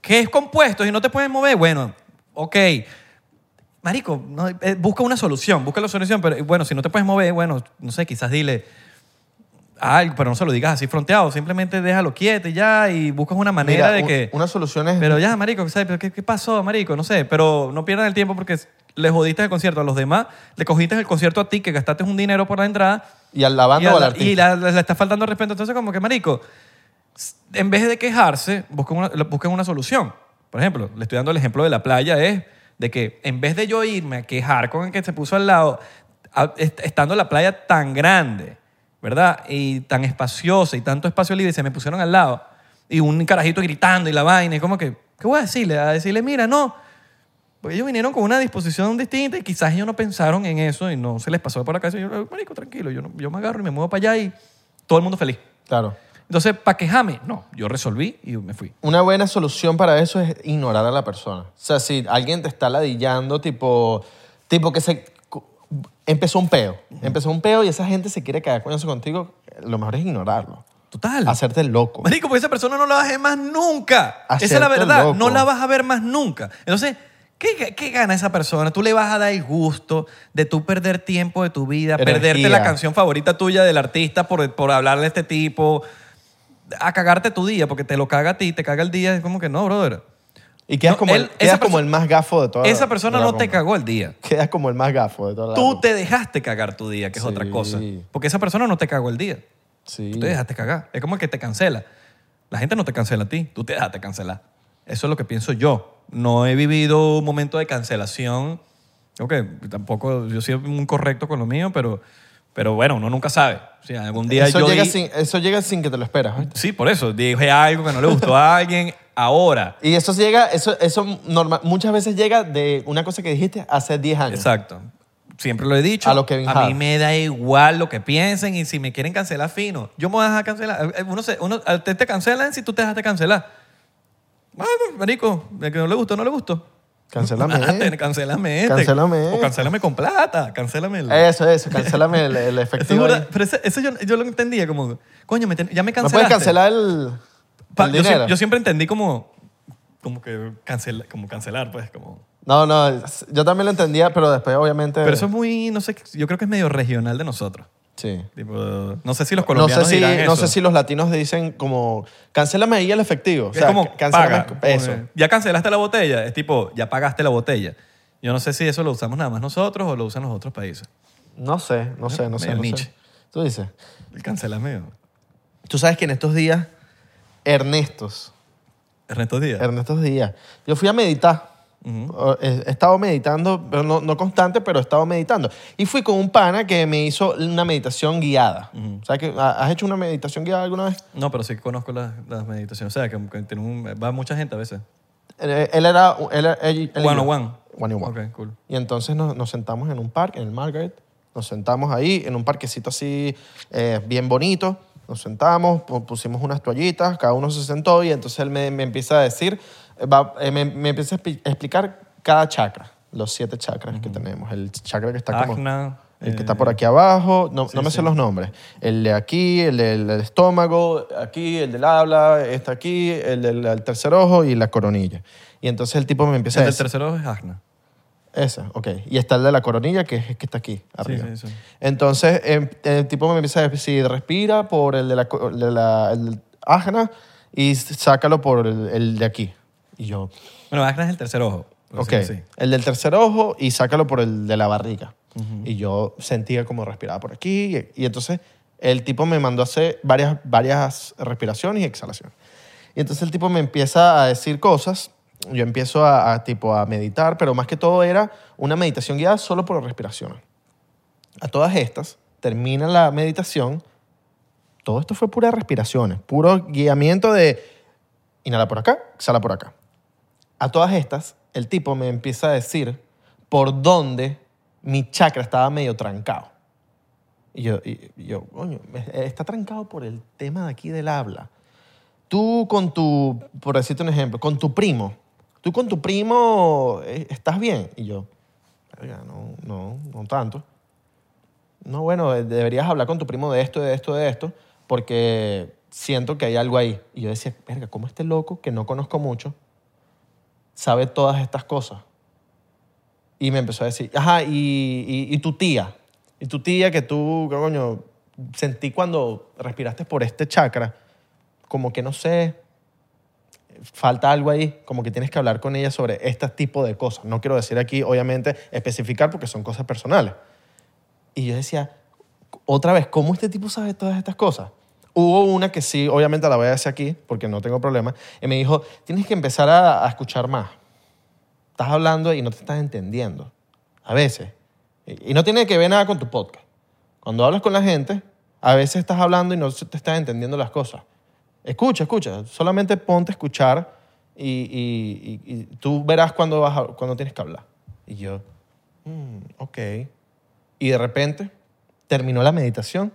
A: Que es compuesto y no te puedes mover. Bueno, ok. Marico, no, eh, busca una solución, busca la solución. Pero eh, bueno, si no te puedes mover, bueno, no sé, quizás dile algo, pero no se lo digas así fronteado. Simplemente déjalo quieto y ya y buscas una manera
B: Mira,
A: de
B: un-
A: que...
B: Una solución es
A: Pero ya, marico, ¿sabes? ¿Pero ¿Qué, ¿Qué pasó, marico? No sé, pero no pierdan el tiempo porque le jodiste el concierto a los demás, le cogiste el concierto a ti, que gastaste un dinero por la entrada
B: y al la
A: y,
B: banda
A: a
B: o al
A: la-
B: artista.
A: y la- le está faltando el respeto. Entonces, como que, marico, s- en vez de quejarse, busquen una, lo- busquen una solución. Por ejemplo, le estoy dando el ejemplo de la playa, es de que en vez de yo irme a quejar con el que se puso al lado, a- est- estando la playa tan grande ¿verdad? Y tan espaciosa y tanto espacio libre, y se me pusieron al lado. Y un carajito gritando y la vaina, y como que, ¿qué voy a decirle? A decirle, mira, no. Pues ellos vinieron con una disposición distinta y quizás ellos no pensaron en eso y no se les pasó por la cabeza. Y yo, marico, tranquilo, yo, no- yo me agarro y me muevo para allá y todo el mundo feliz.
B: Claro.
A: Entonces, ¿para quejarme? No, yo resolví y me fui.
B: Una buena solución para eso es ignorar a la persona. O sea, si alguien te está ladillando, tipo, tipo que se empezó un peo, empezó un peo y esa gente se quiere caer coñazo contigo, lo mejor es ignorarlo,
A: Total.
B: hacerte el loco.
A: Marico, pues esa persona no la vas a ver más nunca. Esa es la
B: Hacerte
A: verdad.
B: loco.
A: No la vas a ver más nunca. Entonces, ¿qué, qué gana esa persona? Tú le vas a dar el gusto de tú perder tiempo de tu vida,
B: Energía.
A: perderte la canción favorita tuya del artista por, por hablarle a este tipo, a cagarte tu día, porque te lo caga a ti, te caga el día. Es como que no, brother.
B: Y quedas,
A: No,
B: como,
A: él-
B: el,
A: esa
B: quedas como
A: perso-
B: el más gafo de toda la-
A: esa persona
B: de la
A: no te
B: ronda.
A: cagó el día.
B: Quedas como el más gafo de toda la
A: Tú
B: ronda.
A: te dejaste cagar tu día, que es otra
B: Sí.
A: cosa. Porque esa persona no te cagó el día.
B: Sí.
A: Tú te dejaste cagar. Es como el que te cancela. La gente no te cancela a ti, tú te dejaste cancelar. Eso es lo que pienso yo. No he vivido un momento de cancelación. Creo que tampoco, yo soy muy correcto con lo mío, pero, pero bueno, uno nunca sabe. Si algún día
B: eso,
A: yo
B: llega
A: di-
B: sin, eso llega sin que te lo esperas. ¿oíste?
A: Sí, por eso. Dije algo que no le gustó a alguien ahora.
B: Y eso llega, eso, eso normal, muchas veces llega de una cosa que dijiste hace 10 años.
A: Exacto. Siempre lo he dicho.
B: A lo Kevin
A: A mí
B: Hart.
A: me da igual lo que piensen y si me quieren cancelar, fino. Yo me voy a dejar cancelar. Eh, Uno se, uno, a ti te cancelan si tú te dejaste cancelar. Ah, pues, marico, el que no le gustó, no le gustó.
B: Cancélame
A: Májate,
B: este.
A: Cancélame este.
B: Cancélame
A: O
B: este.
A: cancélame con plata. Cancélame el...
B: Eso, eso, cancélame el, el
A: Eso es
B: efectivo.
A: verdad.
B: ahí.
A: Pero ese- eso yo, yo lo entendía como, coño, me ten- ya me
B: No
A: cancelaste.
B: puedes cancelar el,
A: Pa-
B: el
A: yo, sie-
B: dinero.
A: yo siempre entendí como, como que cancela, como cancelar, pues, como...
B: No, no, yo también lo entendía, pero después obviamente...
A: Pero eso es muy, no sé, yo creo que es medio regional de nosotros.
B: Sí.
A: Tipo, no sé si los
B: No
A: colombianos
B: sé, si,
A: dirán eso.
B: no sé si los latinos dicen como, cancélame ahí el efectivo. O
A: Es
B: sea,
A: como,
B: cancélame
A: paga.
B: eso.
A: Como, Ya cancelaste la botella. Es tipo, ya pagaste la botella. Yo no sé si eso lo usamos nada más nosotros o lo usan los otros países.
B: No sé, no sé, no sé.
A: Ah, Medio
B: no sé.
A: Nietzsche.
B: Tú dices.
A: El cancelame.
B: Tú sabes que en estos días, Ernestos,
A: Ernesto Díaz.
B: Ernestos Díaz, yo fui a meditar. O- eh, He he estado meditando, pero no, no constante, pero he estado meditando. Y fui con un pana que me hizo una meditación guiada. O sea, que ha- ¿Has hecho una meditación guiada alguna vez?
A: no, pero sí conozco las, las meditaciones. O sea, que, que tiene un- va mucha gente a veces.
B: Eh, Él era... Él, él- él y yo.
A: One on one.
B: One on one.
A: Ok, cool.
B: Y entonces nos, nos sentamos en un parque, en el Margaret. Nos sentamos ahí, en un parquecito así, eh, bien bonito. Nos sentamos, pu- pusimos unas toallitas, cada uno se sentó y entonces él me, me empieza a decir, eh, va- eh, me, me empieza a expli- explicar cada chakra, los siete chakras que tenemos. El chakra que
A: Ah,
B: está como...
A: Ajna,
B: El que
A: eh,
B: está por aquí abajo, no, no me sé los nombres. El de aquí, el del del estómago, aquí, el del habla, está aquí, el del el tercer ojo y la coronilla. Y entonces el tipo me empieza
A: El
B: a
A: del
B: decir...
A: tercero es Agna.
B: Esa, ok. Y está el de la coronilla, que es que está aquí, arriba.
A: sí, sí.
B: Entonces, em, el tipo me empieza a decir, respira por el de la, co- el de la- el del ajna y sácalo por el, el de aquí. Y yo,
A: Bueno, Agna es el tercer ojo. Pero
B: ok,
A: sí, sí.
B: el del tercer ojo y sácalo por el de la barriga. Y yo sentía como respiraba por aquí. Y, y entonces, el tipo me mandó a hacer varias, varias respiraciones y exhalaciones. Y entonces el tipo me empieza a decir cosas. Yo empiezo a, a, tipo, a meditar, pero más que todo era una meditación guiada solo por respiraciones. A todas estas, termina la meditación. Todo esto fue pura respiraciones, puro guiamiento de inhala por acá, exhala por acá. A todas estas, el tipo me empieza a decir por dónde mi chakra estaba medio trancado. Y yo, y- y yo coño, me- está trancado por el tema de aquí del habla tú con tu, por decirte un ejemplo, con tu primo, tú con tu primo eh, estás bien. Y yo, "Verga, no, no, no tanto. No, bueno, eh, deberías hablar con tu primo de esto, de esto, de esto, porque siento que hay algo ahí. Y yo decía, verga, ¿cómo este loco que no conozco mucho sabe todas estas cosas? Y me empezó a decir, ajá, y, y- y tu tía, y tu tía que tú, coño, sentí cuando respiraste por este chakra, como que no sé, falta algo ahí, como que tienes que hablar con ella sobre este tipo de cosas. No quiero decir aquí, obviamente, especificar porque son cosas personales. Y yo decía, otra vez, ¿cómo este tipo sabe todas estas cosas? Hubo una que sí, obviamente la voy a decir aquí porque no tengo problema, y me dijo, tienes que empezar a, a escuchar más. Estás hablando y no te estás entendiendo, a veces. Y, y no tiene que ver nada con tu podcast. Cuando hablas con la gente, a veces estás hablando y no se te están entendiendo las cosas. Escucha, escucha. Solamente ponte a escuchar y, y- y- y tú verás cuándo, vas a- cuándo tienes que hablar. Y yo, "Mm, ok. Y de repente terminó la meditación.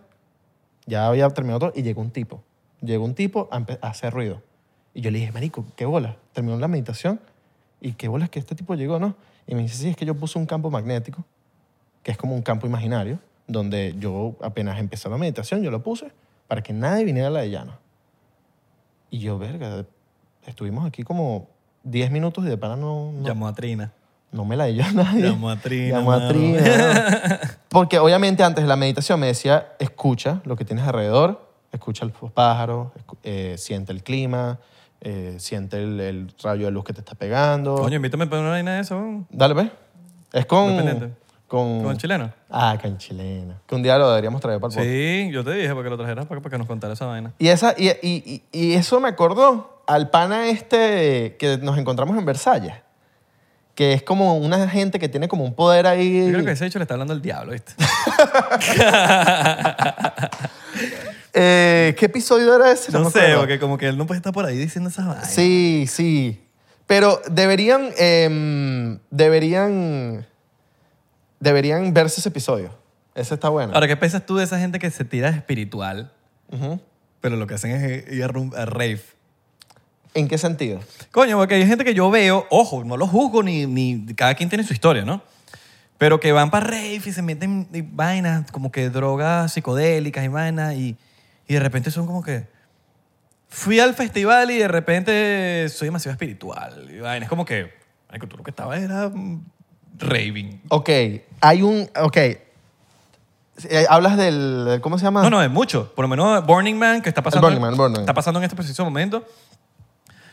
B: Ya había terminado todo y llegó un tipo. Llegó un tipo a, empe- a hacer ruido. Y yo le dije, marico, qué bola. Terminó la meditación y qué bola es que este tipo llegó, ¿no? Y me dice, sí, es que yo puse un campo magnético que es como un campo imaginario, donde yo apenas empecé la meditación, yo lo puse para que nadie viniera a la de llano. Y yo, verga, estuvimos aquí como 10 minutos y de pana no, no,
A: Llamó a Trina.
B: no me la dio nadie.
A: Llamó a Trina,
B: Llamó a
A: mano.
B: Trina. Porque obviamente antes de la meditación me decía, escucha lo que tienes alrededor, escucha los pájaros, escu- eh, siente el clima, eh, siente el, el rayo de luz que te está pegando.
A: Coño, invítame para una vaina de eso. weón.
B: Dale, ve. Es con...
A: Muy pendiente.
B: Con,
A: Con el chileno.
B: Ah, con chilena. Que un día lo deberíamos traer para el podcast.
A: Sí, yo te dije para que lo trajeras para, acá, para que nos contara esa vaina.
B: Y, esa, y, y- y- y eso me acordó al pana este que nos encontramos en Versalles. Que es como una gente que tiene como un poder ahí.
A: Yo creo que ese hecho le está hablando el diablo, ¿viste?
B: Eh, ¿Qué episodio era ese?
A: No,
B: me
A: sé,
B: acuerdo.
A: porque como que él no puede estar por ahí diciendo esas vainas.
B: Sí, sí. Pero deberían. em, deberían. Deberían verse ese episodio. Ese está bueno.
A: Ahora, ¿qué piensas tú de esa gente que se tira espiritual,
B: Ujú.
A: pero lo que hacen es ir a, rum- a rave?
B: ¿En qué sentido?
A: Coño, porque hay gente que yo veo, ojo, no los juzgo ni, ni cada quien tiene su historia, ¿no? Pero que van para rave y se meten y vainas, como que drogas psicodélicas y vainas, y, y de repente son como que. Fui al festival y de repente soy demasiado espiritual. Y vainas, como que. Ay, que tú lo que estabas era mm, raving.
B: Ok, hay un. Ok. Eh, Hablas del. ¿Cómo se llama?
A: No, no, es mucho. Por lo menos Burning Man, que está pasando,
B: Ah. Burning Man, el Burning Man.
A: está pasando en este preciso momento,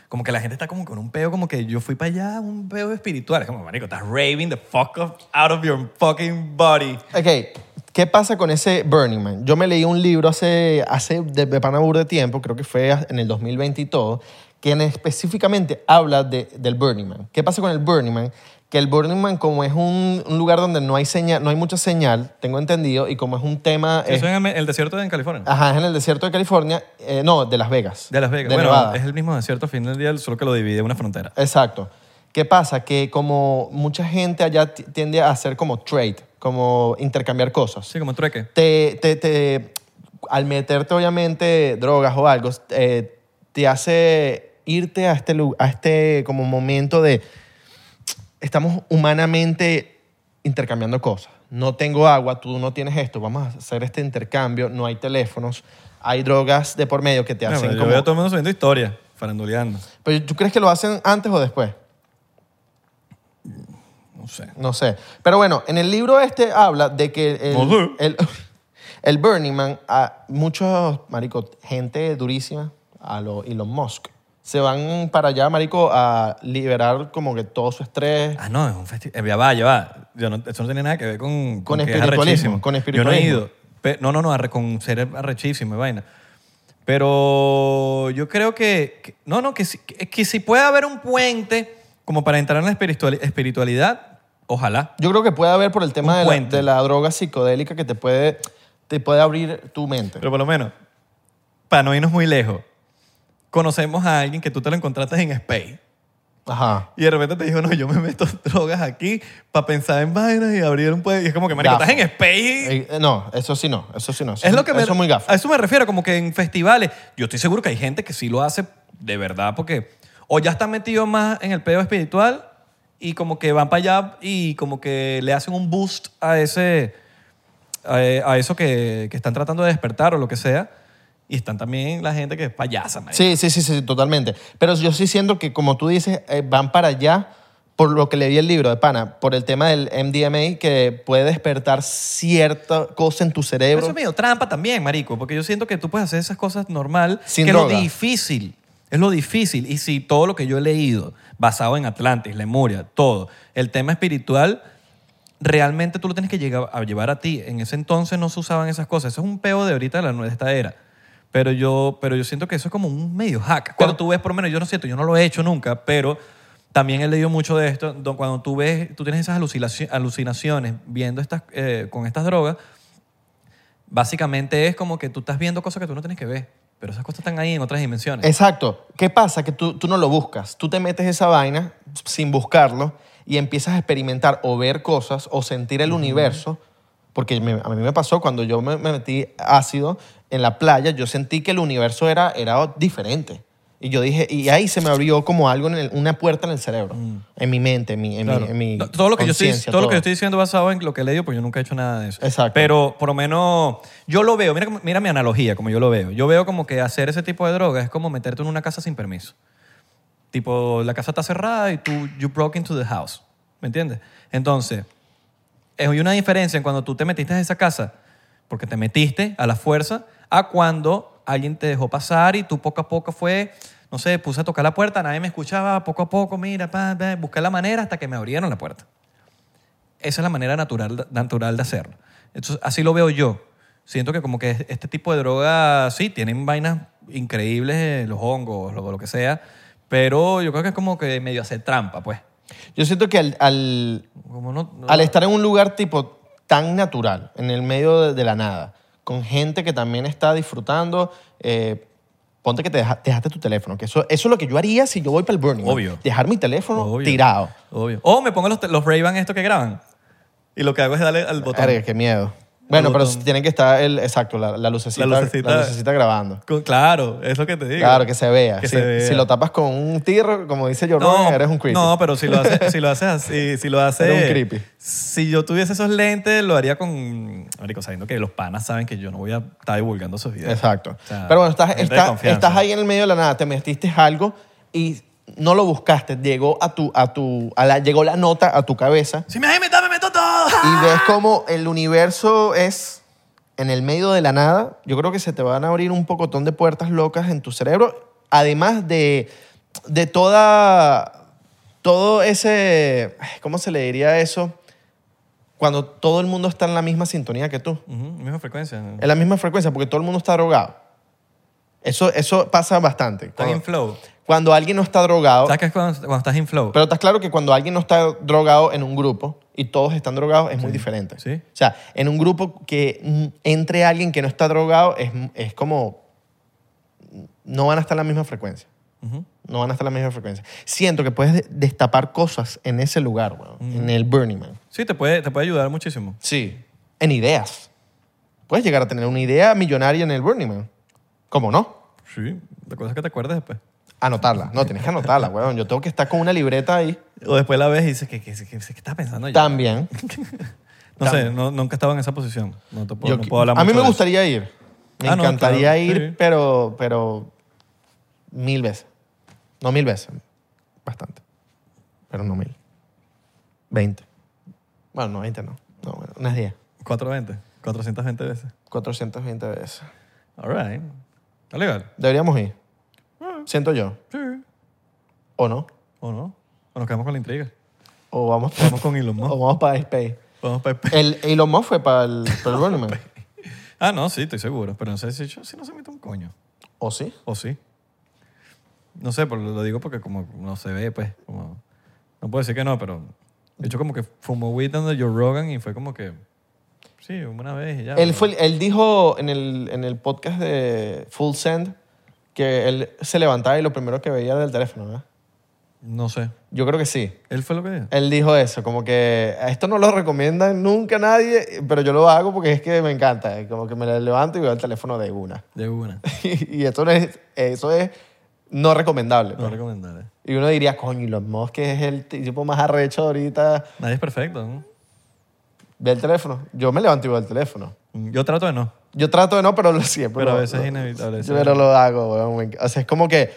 A: como que la gente está como con un peo, como que yo fui para allá, un peo espiritual. Es como, marico, estás raving the fuck up out of your fucking body.
B: Ok, ¿qué pasa con ese Burning Man? Yo me leí un libro hace, hace de, de pana burda de tiempo, creo que fue en el 2020 y todo, que en- específicamente habla de- del Burning Man. ¿Qué pasa con el Burning Man? Que el Burning Man, como es un, un lugar donde no hay, señal, no hay mucha señal, tengo entendido, y como es un tema...
A: Eso
B: eh, Ah.
A: es en el desierto de en California.
B: ajá, es en el desierto de California, eh, no, de Las Vegas.
A: De Las Vegas.
B: de
A: bueno,
B: Nevada.
A: es el mismo desierto al fin del día, solo que lo divide una frontera.
B: Exacto. ¿Qué pasa? Que como mucha gente allá ti- tiende a hacer como trade, como intercambiar cosas.
A: Sí, como un trueque.
B: te, te- te- al meterte obviamente drogas o algo, eh, te hace irte a este, lu- a este como momento de estamos humanamente intercambiando cosas. No tengo agua, tú no tienes esto, vamos a hacer este intercambio, no hay teléfonos, hay drogas de por medio que te
A: Bueno,
B: hacen
A: yo
B: como...
A: veo a todo el mundo subiendo historias, faranduleando.
B: Pero ¿tú crees que lo hacen antes o después?
A: No sé.
B: No sé. Pero bueno, en el libro este habla de que el,
A: No sé.
B: el, el Burning Man, a muchos, marico, gente durísima, a lo Elon Musk, se van para allá, marico, a liberar como que todo su estrés.
A: Ah, no, es un festival. Ya va, ya va. Yo no- eso no tiene nada que ver con.
B: Con
A: que es
B: espiritualismo,
A: arrechísimo. Yo
B: con
A: no he
B: espiritualismo.
A: ido. Pe- no, no, no, arre- con ser arrechísimo y vaina. Pero yo creo que. que- no, no, que si, que, que si puede haber un puente como para entrar en la espiritual- espiritualidad, ojalá.
B: Yo creo que puede haber por el
A: Un
B: tema de la,
A: puente.
B: de la droga psicodélica que te puede, te puede abrir tu mente.
A: Pero por lo menos, para no irnos muy lejos, conocemos a alguien que tú te lo encontraste en Space.
B: Ajá.
A: Y de repente te dijo, no, yo me meto drogas aquí para pensar en vainas y abrir un puente. Y es como que, marico,
B: Gafo.
A: estás en Space.
B: Eh, eh, no, eso sí no, eso sí no. Eso,
A: Es lo que me,
B: eso es muy gafo.
A: A eso me refiero, como que en festivales. Yo estoy seguro que hay gente que sí lo hace de verdad porque o ya está metido más en el pedo espiritual y como que van para allá y como que le hacen un boost a ese a, a eso que, que están tratando de despertar o lo que sea. Y están también la gente que es payasa, marico.
B: Sí, sí, sí, sí, totalmente. Pero yo sí siento que, como tú dices, eh, van para allá por lo que leí el libro de Pana, por el tema del MDMA que puede despertar cierta cosa en tu
A: Pero
B: cerebro.
A: Eso es medio trampa también, marico, porque yo siento que tú puedes hacer esas cosas normal,
B: Sin
A: que
B: droga.
A: es lo difícil, es lo difícil. Y si todo lo que yo he leído, basado en Atlantis, Lemuria, todo, el tema espiritual, realmente tú lo tienes que llegar a llevar a ti. En ese entonces no se usaban esas cosas. Eso es un peo de ahorita de la nue- de esta era. Pero yo, pero yo siento que eso es como un medio hack. Cuando tú ves, por lo menos, yo no siento, yo no lo he hecho nunca, pero también he leído mucho de esto. do- Cuando tú ves, tú tienes esas alucinaci- alucinaciones viendo estas, eh, con estas drogas, Básicamente es como que tú estás viendo cosas que tú no tienes que ver, pero esas cosas están ahí en otras dimensiones.
B: Exacto. ¿Qué pasa? Que tú, tú no lo buscas. Tú te metes esa vaina sin buscarlo y empiezas a experimentar o ver cosas o sentir el universo. Porque me- a mí me pasó cuando yo me, me metí ácido en la playa, yo sentí que el universo era, era diferente. Y yo dije, y ahí se me abrió como algo, en el- una puerta en el cerebro, en mi mente, en mi, en mi-
A: Mm. Claro.
B: en mi
A: No, todo lo que yo estoy,
B: conciencia,
A: todo lo que yo
B: todo.
A: estoy diciendo basado en lo que he leído, pues yo nunca he hecho nada de eso.
B: Exacto.
A: Pero por lo menos yo lo veo, mira, cómo- mira mi analogía, como yo lo veo. Yo veo como que hacer ese tipo de droga es como meterte en una casa sin permiso. Tipo, la casa está cerrada y tú, you broke into the house. ¿Me entiendes? Entonces, es- hay una diferencia en cuando tú te metiste a esa casa, porque te metiste a la fuerza, a cuando alguien te dejó pasar y tú poco a poco fue, no sé, puse a tocar la puerta, nadie me escuchaba, poco a poco, mira, pa, pa, busqué la manera hasta que me abrieron la puerta. Esa es la manera natural, natural de hacerlo. Entonces, así lo veo yo. Siento que como que es- este tipo de droga, sí, tienen vainas increíbles, eh, los hongos, lo, lo que sea, pero yo creo que es como que medio hacer trampa, pues.
B: Yo siento que al- al,
A: Como no- no-
B: Al estar en un lugar tipo tan natural, en el medio de, de la nada, con gente que también está disfrutando, eh, ponte que te, deja- te dejaste tu teléfono, que eso, eso es lo que yo haría si yo voy para el Burning. Man.
A: Obvio.
B: Dejar mi teléfono
A: Obvio.
B: tirado.
A: Obvio. O me pongo los, te- los Ray-Ban estos que graban. Y lo que hago es darle al botón.
B: Verga, qué miedo. Bueno, pero
A: botón.
B: tiene que estar el, exacto, la, la lucecita,
A: La lucecita.
B: la lucecita grabando.
A: Con- claro, es lo que te digo.
B: Claro, que se vea.
A: Que
B: si,
A: se vea.
B: si lo tapas con un tirro, como dice Jordan, eres un creepy.
A: No, pero si lo haces si lo haces así, si lo haces...
B: Eres un creepy.
A: Si yo tuviese esos lentes, lo haría con... Marico, sabiendo que los panas saben que yo no voy a estar divulgando esos videos.
B: Exacto.
A: O sea,
B: Pero bueno, estás,
A: gente de
B: estás-
A: confianza.
B: estás ahí en el medio de la nada, te metiste algo y no lo buscaste, llegó a tu, a tu, a la, llegó la nota a tu cabeza
A: Si me dejas inventar, me meto todo.
B: y ves como el universo es en el medio de la nada. Yo creo que se te van a abrir un pocotón de puertas locas en tu cerebro, además de, de toda, todo ese, ay, ¿cómo se le diría eso? Cuando todo el mundo está en la misma sintonía que tú.
A: Ujú, misma frecuencia.
B: En la misma frecuencia, porque todo el mundo está drogado. Eso, eso pasa bastante.
A: Estás en
B: Cuando,
A: flow.
B: cuando alguien no está drogado,
A: ¿Sabes qué es cuando, cuando estás en flow?
B: Oh. pero estás claro que cuando alguien no está drogado en un grupo y todos están drogados es muy diferente.
A: sí.
B: O sea, en un grupo que mm, entre alguien que no está drogado es, es como... No van a estar en la misma frecuencia.
A: Ujú.
B: No van a estar en la misma frecuencia. Siento que puedes de- destapar cosas en ese lugar, weón, en el Burning Man.
A: Sí, te puede, te puede ayudar muchísimo.
B: Sí. En ideas. Puedes llegar a tener una idea millonaria en el Burning Man. ¿Cómo no?
A: Sí, de cosas que te acuerdes después.
B: Anotarla. No, tienes que anotarla, weón. Yo tengo que estar con una libreta ahí.
A: O después la ves y dices, ¿qué, qué, qué, qué estaba pensando yo?
B: También.
A: No sé,
B: También.
A: no, nunca estaba en esa posición. No te puedo,
B: Yo
A: no
B: qui-
A: puedo hablar
B: a mí
A: mucho
B: me
A: de
B: gustaría ir. Me
A: Ah, no,
B: encantaría
A: claro,
B: ir,
A: sí.
B: pero, pero mil veces. No mil veces. Bastante. Pero no mil. Veinte. Bueno, no, veinte no. No, bueno, unas diez.
A: eso. 420, 420 veces.
B: 420 veces.
A: All right. Está legal.
B: Deberíamos ir.
A: Ah.
B: Siento yo.
A: Sí.
B: ¿O no?
A: ¿O no? ¿O nos quedamos con la intriga?
B: O vamos,
A: ¿O Vamos con Elon
B: o
A: Musk.
B: vamos para Space.
A: Vamos para
B: El Elon Musk fue para el, para el Burning Man.
A: Ah, no, sí, estoy seguro. Pero no sé si, yo- si no se mete un coño.
B: ¿O sí?
A: ¿O sí? No sé, pero lo digo porque como no se ve, pues. como- no puedo decir que no, pero... De hecho, como que fumó weed donde Joe Rogan y fue como que... Sí, una vez y ya.
B: Él,
A: pero-
B: fue, él dijo en el, en el podcast de Full Send que él se levantaba y lo primero que veía era el teléfono, ¿verdad?
A: No sé.
B: Yo creo que sí.
A: ¿Él fue lo que dijo?
B: Él dijo eso, como que esto no lo recomienda nunca nadie, pero yo lo hago porque es que me encanta. eh, Como que me levanto y veo el teléfono de una.
A: De una.
B: y eso, no es, eso es no recomendable.
A: No
B: pues.
A: recomendaré.
B: Y uno diría, coño, los Musk que es el tipo más arrecho ahorita.
A: Nadie es perfecto. ¿no?
B: Ve el teléfono. Yo me levanto y veo el teléfono.
A: Yo trato de no.
B: Yo trato de no, pero lo siempre.
A: Pero a
B: lo-
A: veces es
B: lo-
A: inevitable, sí.
B: Yo pero lo hago, weón. me enc- O sea, es como que.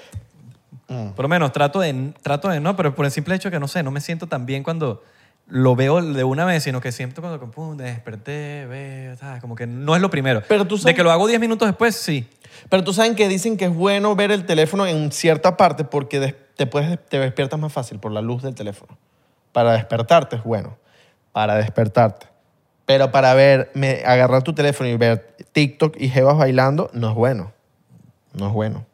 A: Por lo menos trato de, trato de no, pero por el simple hecho que no sé, no me siento tan bien cuando lo veo de una vez, sino que siento cuando que, pum, desperté, veo, tal, como que no es lo primero.
B: Pero tú
A: De
B: sabes-
A: que lo hago 10 minutos después, sí.
B: Pero tú saben que dicen que es bueno ver el teléfono en cierta parte porque des- te, puedes, te despiertas más fácil por la luz del teléfono. Para despertarte es bueno. Para despertarte. Pero para ver, me- agarrar tu teléfono y ver TikTok y Jebas bailando, no es bueno. No es bueno.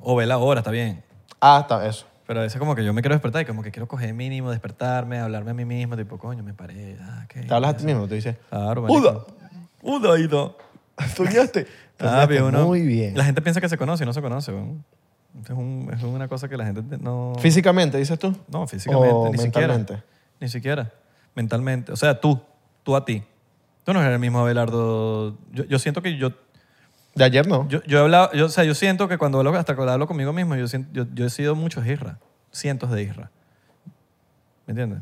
A: O ve la hora, está bien.
B: Hasta eso.
A: Pero a veces como que yo me quiero despertar y como que quiero coger mínimo, despertarme, hablarme a mí mismo, tipo, coño, me paré. Ah, ¿qué?
B: Te hablas a ti mismo, te dices.
A: Claro,
B: ¡Uda!
A: marico. ¡Uda, Ido!
C: Soñaste.
A: Ah,
C: Soñaste
A: pero uno-
C: Muy bien.
A: La gente piensa que se conoce y no se conote. weón. Es, un- es una cosa que la gente no...
B: Físicamente, dices tú.
A: No, físicamente,
C: O
A: ni siquiera.
C: mentalmente.
A: Ni siquiera. Mentalmente. O sea, tú, tú a ti. Tú no eres el mismo Abelardo. Yo, yo siento que yo,
B: De ayer no.
A: yo, yo he hablado, yo, o sea, yo siento que cuando hablo, hasta cuando hablo conmigo mismo, yo, siento- yo, yo he sido muchos Isra, cientos de Isra. ¿Me entiendes?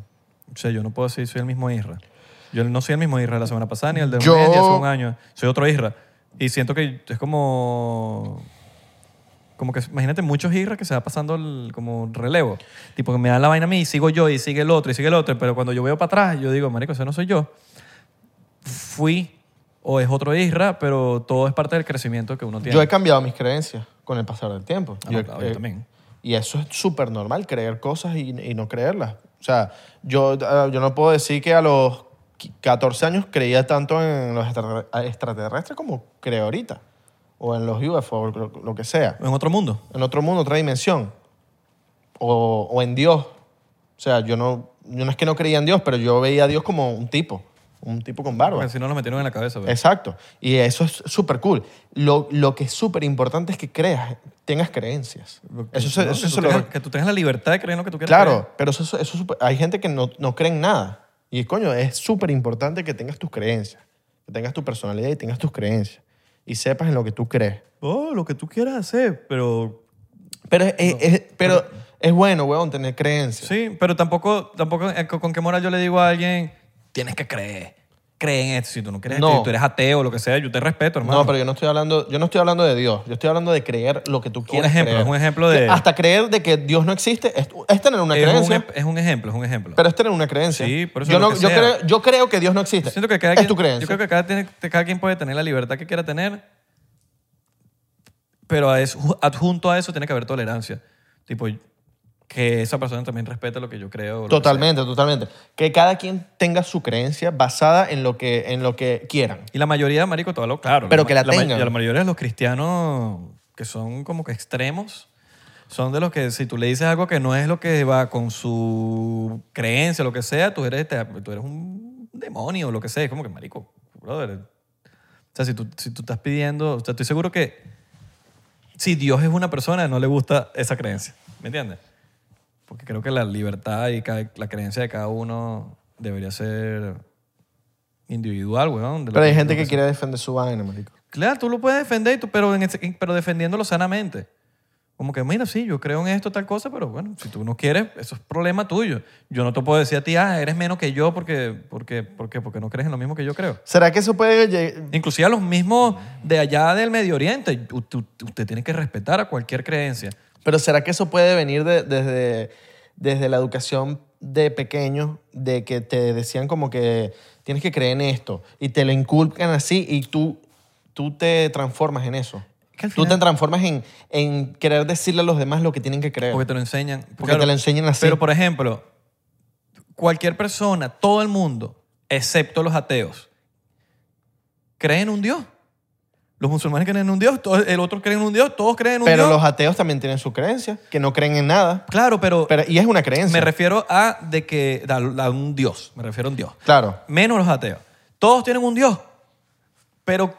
A: O sea, yo no puedo decir soy el mismo Isra. Yo no soy el mismo Isra de la semana pasada, ni el de un
B: Yo-
A: mes, ni hace un año. Soy otro Isra. Y siento que es como... Como que imagínate muchos Isra que se va pasando el- como relevo. Tipo que me dan la vaina a mí y sigo yo y sigue el otro y sigue el otro. Pero cuando yo veo para atrás, yo digo, marico, ese no soy yo fui o es otro Isra, pero todo es parte del crecimiento que uno tiene.
B: Yo he cambiado mis creencias con el pasar del tiempo.
A: Ah, no, claro, yo
B: eh,
A: también.
B: Y eso es súper normal, creer cosas y, y no creerlas. O sea, yo, ah, yo no puedo decir que a los qu- 14 años creía tanto en los extraterre- extraterrestres como creo ahorita. O en los UFO, o lo, lo que sea.
A: En otro mundo.
B: En otro mundo, otra dimensión. O, o en Dios. O sea, yo no, yo no es que no creía en Dios, pero yo veía a Dios como un tipo. Un tipo con barba.
A: Porque si no lo metieron en la cabeza. pero-
B: Exacto. Y eso es súper cool. Lo, lo que es súper importante es que creas, tengas creencias. Eso, se-
A: No,
B: eso
A: que,
B: se
A: tú
B: lo-
A: tengas, que tú tengas la libertad de creer en lo que tú quieras.
B: Claro, pero eso, eso es súper- hay gente que no, no cree en nada. Y coño, es súper importante que tengas tus creencias, que tengas tu personalidad y tengas tus creencias. Y sepas en lo que tú crees.
A: creer. Oh, lo que tú quieras hacer, pero...
B: Pero es, es- es- pero es bueno, weón, tener creencias.
A: Sí, pero tampoco, tampoco eh, con con qué moral yo le digo a alguien, tienes que creer. Cree en esto. Si tú no crees, en
B: No.
A: esto, y tú eres ateo o lo que sea, yo te respeto, hermano.
B: No, pero yo no estoy hablando, yo no estoy hablando de Dios. Yo estoy hablando de creer lo que tú quieres.
A: ejemplo,
B: creer.
A: es un ejemplo de-
B: Hasta creer de que Dios no existe es, es tener una
A: es,
B: creencia.
A: Un, es un ejemplo, es un ejemplo.
B: Pero es tener una creencia.
A: Sí, por eso
B: yo,
A: lo
B: no-
A: que
B: yo,
A: sea.
B: creo, yo creo que Dios no existe.
A: Yo siento que cada
B: es
A: quien,
B: tu creencia.
A: Yo creo que cada, tiene- que cada quien puede tener la libertad que quiera tener, pero a eso- adjunto a eso tiene que haber tolerancia. Tipo, que esa persona también respete lo que yo creo. o lo que
B: totalmente, totalmente. Que cada quien tenga su creencia basada en lo que, en lo que quieran.
A: sea. Y la mayoría, marico, todo lo claro.
B: Pero
A: ma-
B: que la
A: ma-
B: tengan.
A: La, mayoría de los cristianos que son como que extremos son de los que si tú le dices algo que no es lo que va con su creencia, lo que sea, tú eres, te- tú eres un demonio o lo que sea. Es como que, marico, brother, O sea, si tú, si tú estás pidiendo, o sea, estoy seguro que si Dios es una persona, no le gusta esa creencia. ¿Me entiendes? Porque creo que la libertad y cada- la creencia de cada uno debería ser individual, weón. de lo
B: Pero hay gente
A: lo
B: que quiere defender su vaina, marico.
A: Claro, tú lo puedes defender, y tú- pero, en ese- en- pero defendiéndolo sanamente. Como que, mira, sí, yo creo en esto, tal cosa, pero bueno, si tú no quieres, eso es problema tuyo. Yo no te puedo decir a ti, ah, eres menos que yo porque, porque, porque, porque no crees en lo mismo que yo creo.
B: ¿Será que eso puede lle-
A: Inclusive a los mismos de allá del Medio Oriente. U- tu- tu- Usted tiene que respetar a cualquier creencia.
B: Pero ¿será que eso puede venir de- desde, desde la educación de pequeño, de que te decían como que tienes que creer en esto y te lo inculcan así y tú, tú te transformas en eso?
A: Que al
B: Tú te
A: final-
B: transformas en, en querer decirle a los demás lo que tienen que creer.
A: Porque te lo enseñan. Porque
B: te lo enseñan así.
A: Pero, por ejemplo, cualquier persona, todo el mundo, excepto los ateos, creen en un Dios. Los musulmanes creen en un Dios, todo- el otro cree en un Dios, todos creen en un
B: Pero
A: Dios.
B: los ateos también tienen su creencia, que no creen en nada.
A: Claro, pero,
B: Pero, y es una creencia.
A: me refiero a de que a, a un Dios. Me refiero a un Dios.
B: claro.
A: menos los ateos. Todos tienen un Dios, pero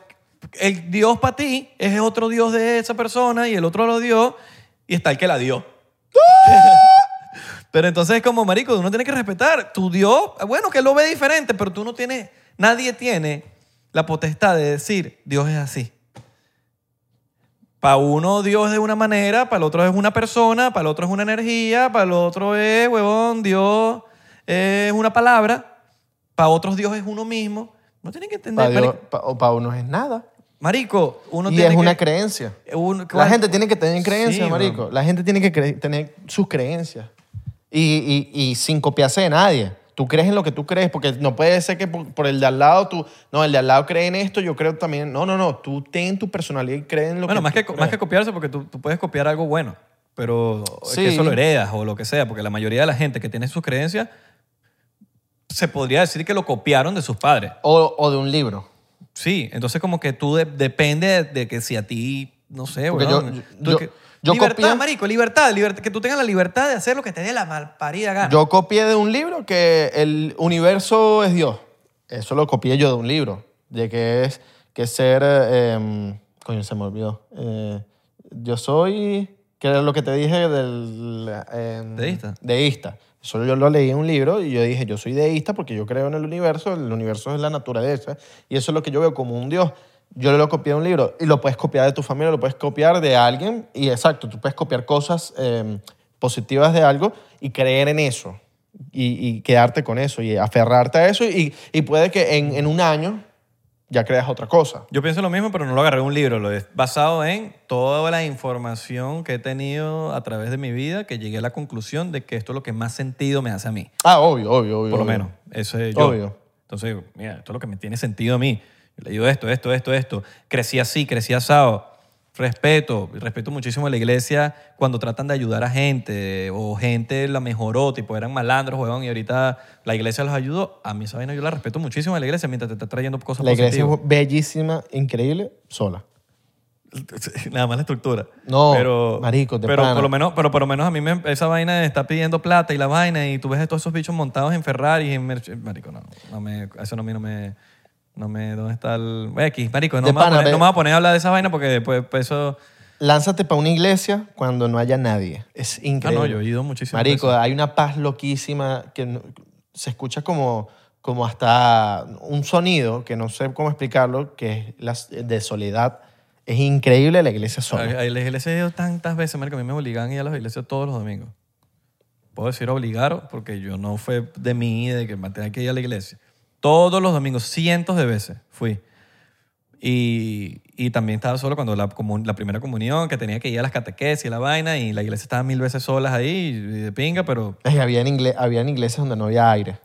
A: el Dios para ti es otro Dios de esa persona y el otro lo dio y está el que la dio. pero entonces es como, marico, uno tiene que respetar. Tu Dios, bueno, que lo ve diferente, pero tú no tienes, nadie tiene la potestad de decir, Dios es así. Para uno Dios es de una manera, para el otro es una persona, para el otro es una energía, para el otro es, huevón, Dios es una palabra, para otros Dios es uno mismo. No tienen que entender,
B: Para, Dios,
A: marico.
B: pa- o para uno es nada.
A: Marico, uno
B: y
A: tiene
B: es
A: que-
B: una creencia.
A: un-
B: La
A: ¿cuál?
B: gente tiene que tener creencias,
A: Sí,
B: marico. La gente tiene que cre- tener sus creencias. Y, y- y sin copiarse de nadie. Tú crees en lo que tú crees, porque no puede ser que por, por el de al lado tú... No, el de al lado cree en esto, yo creo también... No, no, no. Tú ten tu personalidad y cree en lo
A: Bueno,
B: que
A: más
B: tú
A: que,
B: crees.
A: más que copiarse, porque tú, tú puedes copiar algo bueno, pero es
B: Sí.
A: que eso lo heredas o lo que sea, porque la mayoría de la gente que tiene sus creencias se podría decir que lo copiaron de sus padres.
B: O, o de un libro.
A: Sí, entonces como que tú de- depende de, de que si a ti, no sé,
B: Porque
A: weón,
B: yo-
A: tú
B: yo-
A: que-
B: yo
A: libertad,
B: copié-
A: marico, libertad, libertad, que tú tengas la libertad de hacer lo que te dé la malparida gana.
B: Yo copié de un libro que el universo es Dios. Eso lo copié yo de un libro. De que es que ser... eh, em, coño, se me olvidó. Eh, yo soy... ¿Qué era lo que te dije del... em,
A: Deísta.
B: Deísta. Solo yo lo leí en un libro y yo dije, yo soy deísta porque yo creo en el universo, el universo es la naturaleza y eso es lo que yo veo como un dios. Yo lo copié de un libro y lo puedes copiar de tu familia, lo puedes copiar de alguien y exacto, tú puedes copiar cosas em, positivas de algo y creer en eso y, y quedarte con eso y aferrarte a eso y, y puede que en, en un año ya creas otra cosa.
A: Yo pienso lo mismo, pero no lo agarré de un libro. Lo es basado en toda la información que he tenido a través de mi vida, que llegué a la conclusión de que esto es lo que más sentido me hace a mí.
B: Ah, obvio, obvio, obvio.
A: Por lo
B: obvio.
A: menos. Eso es yo.
B: Obvio.
A: Entonces, digo, mira, esto es lo que me tiene sentido a mí. Yo le digo esto, esto, esto, esto. Crecí así, crecí asado. Respeto, respeto muchísimo a la iglesia cuando tratan de ayudar a gente o gente la mejoró, tipo eran malandros, huevón, y ahorita la iglesia los ayudó. A mí esa vaina yo la respeto muchísimo a la iglesia mientras te está trayendo cosas
B: La iglesia
A: positivas.
B: es bellísima, increíble, sola.
A: Nada más la estructura.
B: No, marico, de
A: pero
B: pana.
A: por lo menos Pero por lo menos a mí me- esa vaina de estar pidiendo plata y la vaina y tú ves a todos esos bichos montados en Ferrari y en Merce- Marico, no, no me, eso no, a mí no me... No me... ¿Dónde está el...? X, marico, no
B: De
A: me, voy a
B: pana,
A: poner-
B: ve.
A: no me voy a poner a hablar de esa vaina porque después pues, eso...
B: Lánzate para una iglesia cuando no haya nadie. Es
A: Ah,
B: increíble.
A: no, yo he ido muchísimo.
B: Marico, hay una paz loquísima que no- se escucha como, como hasta un sonido, que no sé cómo explicarlo, que es las- de soledad. Es increíble la iglesia
A: a,
B: sola.
A: a la iglesia he ido tantas veces, marico, a mí me obligan a ir a las iglesias todos los domingos. Puedo decir obligar porque yo no fue de mí de que me tenía que ir a la iglesia. Todos los domingos, cientos de veces fui. Y, y también estaba solo cuando la, comun- la primera comunión, que tenía que ir a las catequesis y la vaina, y la iglesia estaba mil veces solas ahí, y de pinga, pero
B: Ay, había, en ingle- había en iglesias donde no había aire.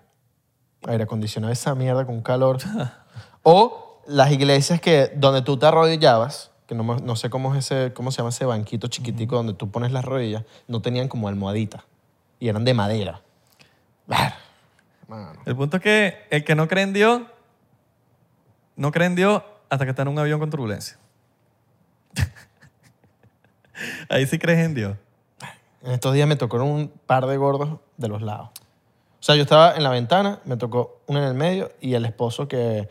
B: Aire acondicionado, esa mierda con calor. o las iglesias que, donde tú te arrodillabas, que no, me- no sé cómo, es ese, cómo se llama ese banquito chiquitico donde tú pones las rodillas, no tenían como almohadita. Y eran de madera. Bah, mano.
A: el punto es que el que no cree en Dios, no cree en Dios hasta que está en un avión con turbulencia. ahí sí crees en Dios.
B: En estos días me tocaron un par de gordos de los lados. O sea, yo estaba en la ventana, me tocó uno en el medio y el esposo que,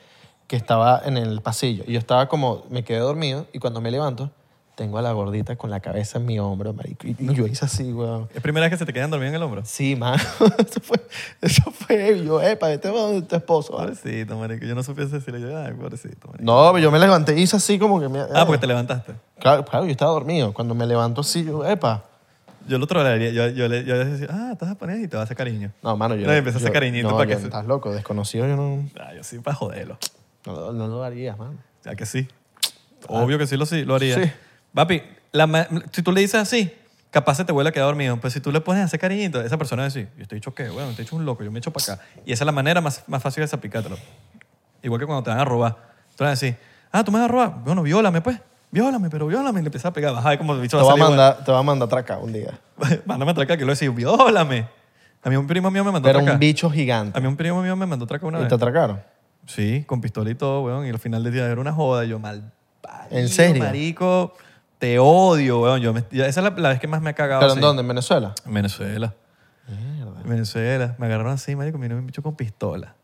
B: que estaba en el pasillo. Y yo estaba como, me quedé dormido y cuando me levanto, tengo a la gordita con la cabeza en mi hombro, marico. Y, y yo hice así, weón.
A: Es primera vez que se te quedan dormidos en el hombro.
B: Sí, mano. Eso fue, eso fue. Y yo, epa, este es donde tu esposo. ¿vale?
A: Pobrecito, marico. Yo no supe decirle. Yo, ay, pobrecito, marico.
B: No, pero yo me levanté y hice así como que... Me,
A: Ah, porque te levantaste.
B: claro, claro, yo estaba dormido. Cuando me levanto así, yo, epa.
A: Yo lo trolearía. Yo, yo, le, yo le decía, ah, estás japonés y te va a hacer cariño.
B: No, mano, yo...
A: No, y empecé a hacer
B: yo-
A: cariñito
B: no,
A: para que
B: yo-
A: se-
B: Estás loco, desconocido, yo no...
A: Ah, yo sí, para joderlo.
B: No, lo- no lo harías, mano.
A: Ya que sí. Obvio que sí lo, sí, lo haría.
B: Ah. Sí.
A: Papi, la ma- si tú le dices así, capaz se te vuelve a quedar dormido. Pero si tú le pones a hacer cariñito, esa persona va a decir, yo estoy hecho qué, weón, estoy hecho un loco, yo me echo para acá. Y esa es la manera más, más fácil de desaplicártelo. Igual que cuando te van a robar. Tú vas a decir, ah, tú me vas a robar. Bueno, viólame, pues. Viólame, pero viólame. Y le empiezas a pegar. Ajá, como el bicho
B: Te
A: va
B: va, a
A: salir,
B: mandar, te va a mandar traca un día.
A: Mándame a tracar, que lo decía, viólame. A mí un primo mío me mandó
B: Pero
A: traca.
B: un bicho
A: A
B: gigante.
A: mí un primo mío me mandó traca una
B: ¿Y
A: vez.
B: te atracaron?
A: Sí, con pistola y todo, weón. Y al final del día era una joda. Yo, mal parido,
B: ¿En serio?
A: marico, te odio, weón. Yo me- ya- esa es la, la vez que más me ha cagado.
B: ¿Pero
A: así.
B: en dónde? ¿En Venezuela?
A: En Venezuela. En Venezuela. Me agarraron así, marico. Miró un bicho con pistola.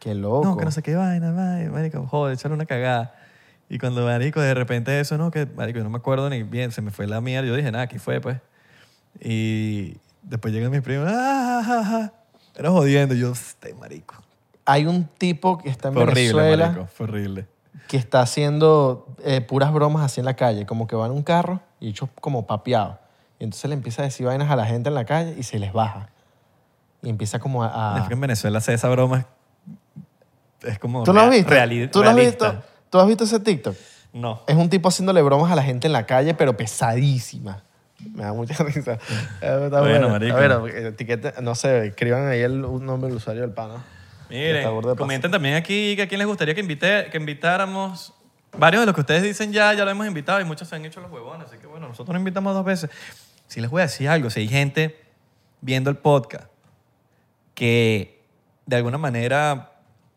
B: Qué loco.
A: No, que no sé qué vaina, vaina, marico, joder, echarle una cagada. Y cuando, marico, de repente eso, no, que, marico, yo no me acuerdo ni bien, se me fue la mierda. Yo dije, nada, aquí fue, pues. Y después llegan mis primos, ah, ja, ja, ja. Era jodiendo. Y yo, este marico.
B: Hay un tipo que está en
A: Fue horrible,
B: Venezuela
A: marico, fue horrible.
B: que está haciendo eh, puras bromas así en la calle. Como que va en un carro y hecho como papeado. Y entonces le empieza a decir vainas a la gente en la calle y se les baja. Y empieza como a... a-
A: Es que en Venezuela hacer esa broma es como
B: ¿Tú lo has
A: rea-
B: visto?
A: reali-
B: ¿Tú lo has
A: realista.
B: visto? ¿Tú has visto ese TikTok?
A: No.
B: Es un tipo haciéndole bromas a la gente en la calle, pero pesadísima. Me da mucha risa. Eh, Está
A: Bueno,
B: bueno.
A: marico.
B: A ver, etiqueta, no sé, escriban ahí el un nombre del usuario del pana. Está burda
A: Miren,
B: Eh, de paja.
A: comenten también aquí que a quién les gustaría que, invite, que invitáramos. Varios de los que ustedes dicen ya, ya lo hemos invitado y muchos se han hecho los huevones. Así que bueno, nosotros nos invitamos dos veces. Si les voy a decir algo, si hay gente viendo el podcast que de alguna manera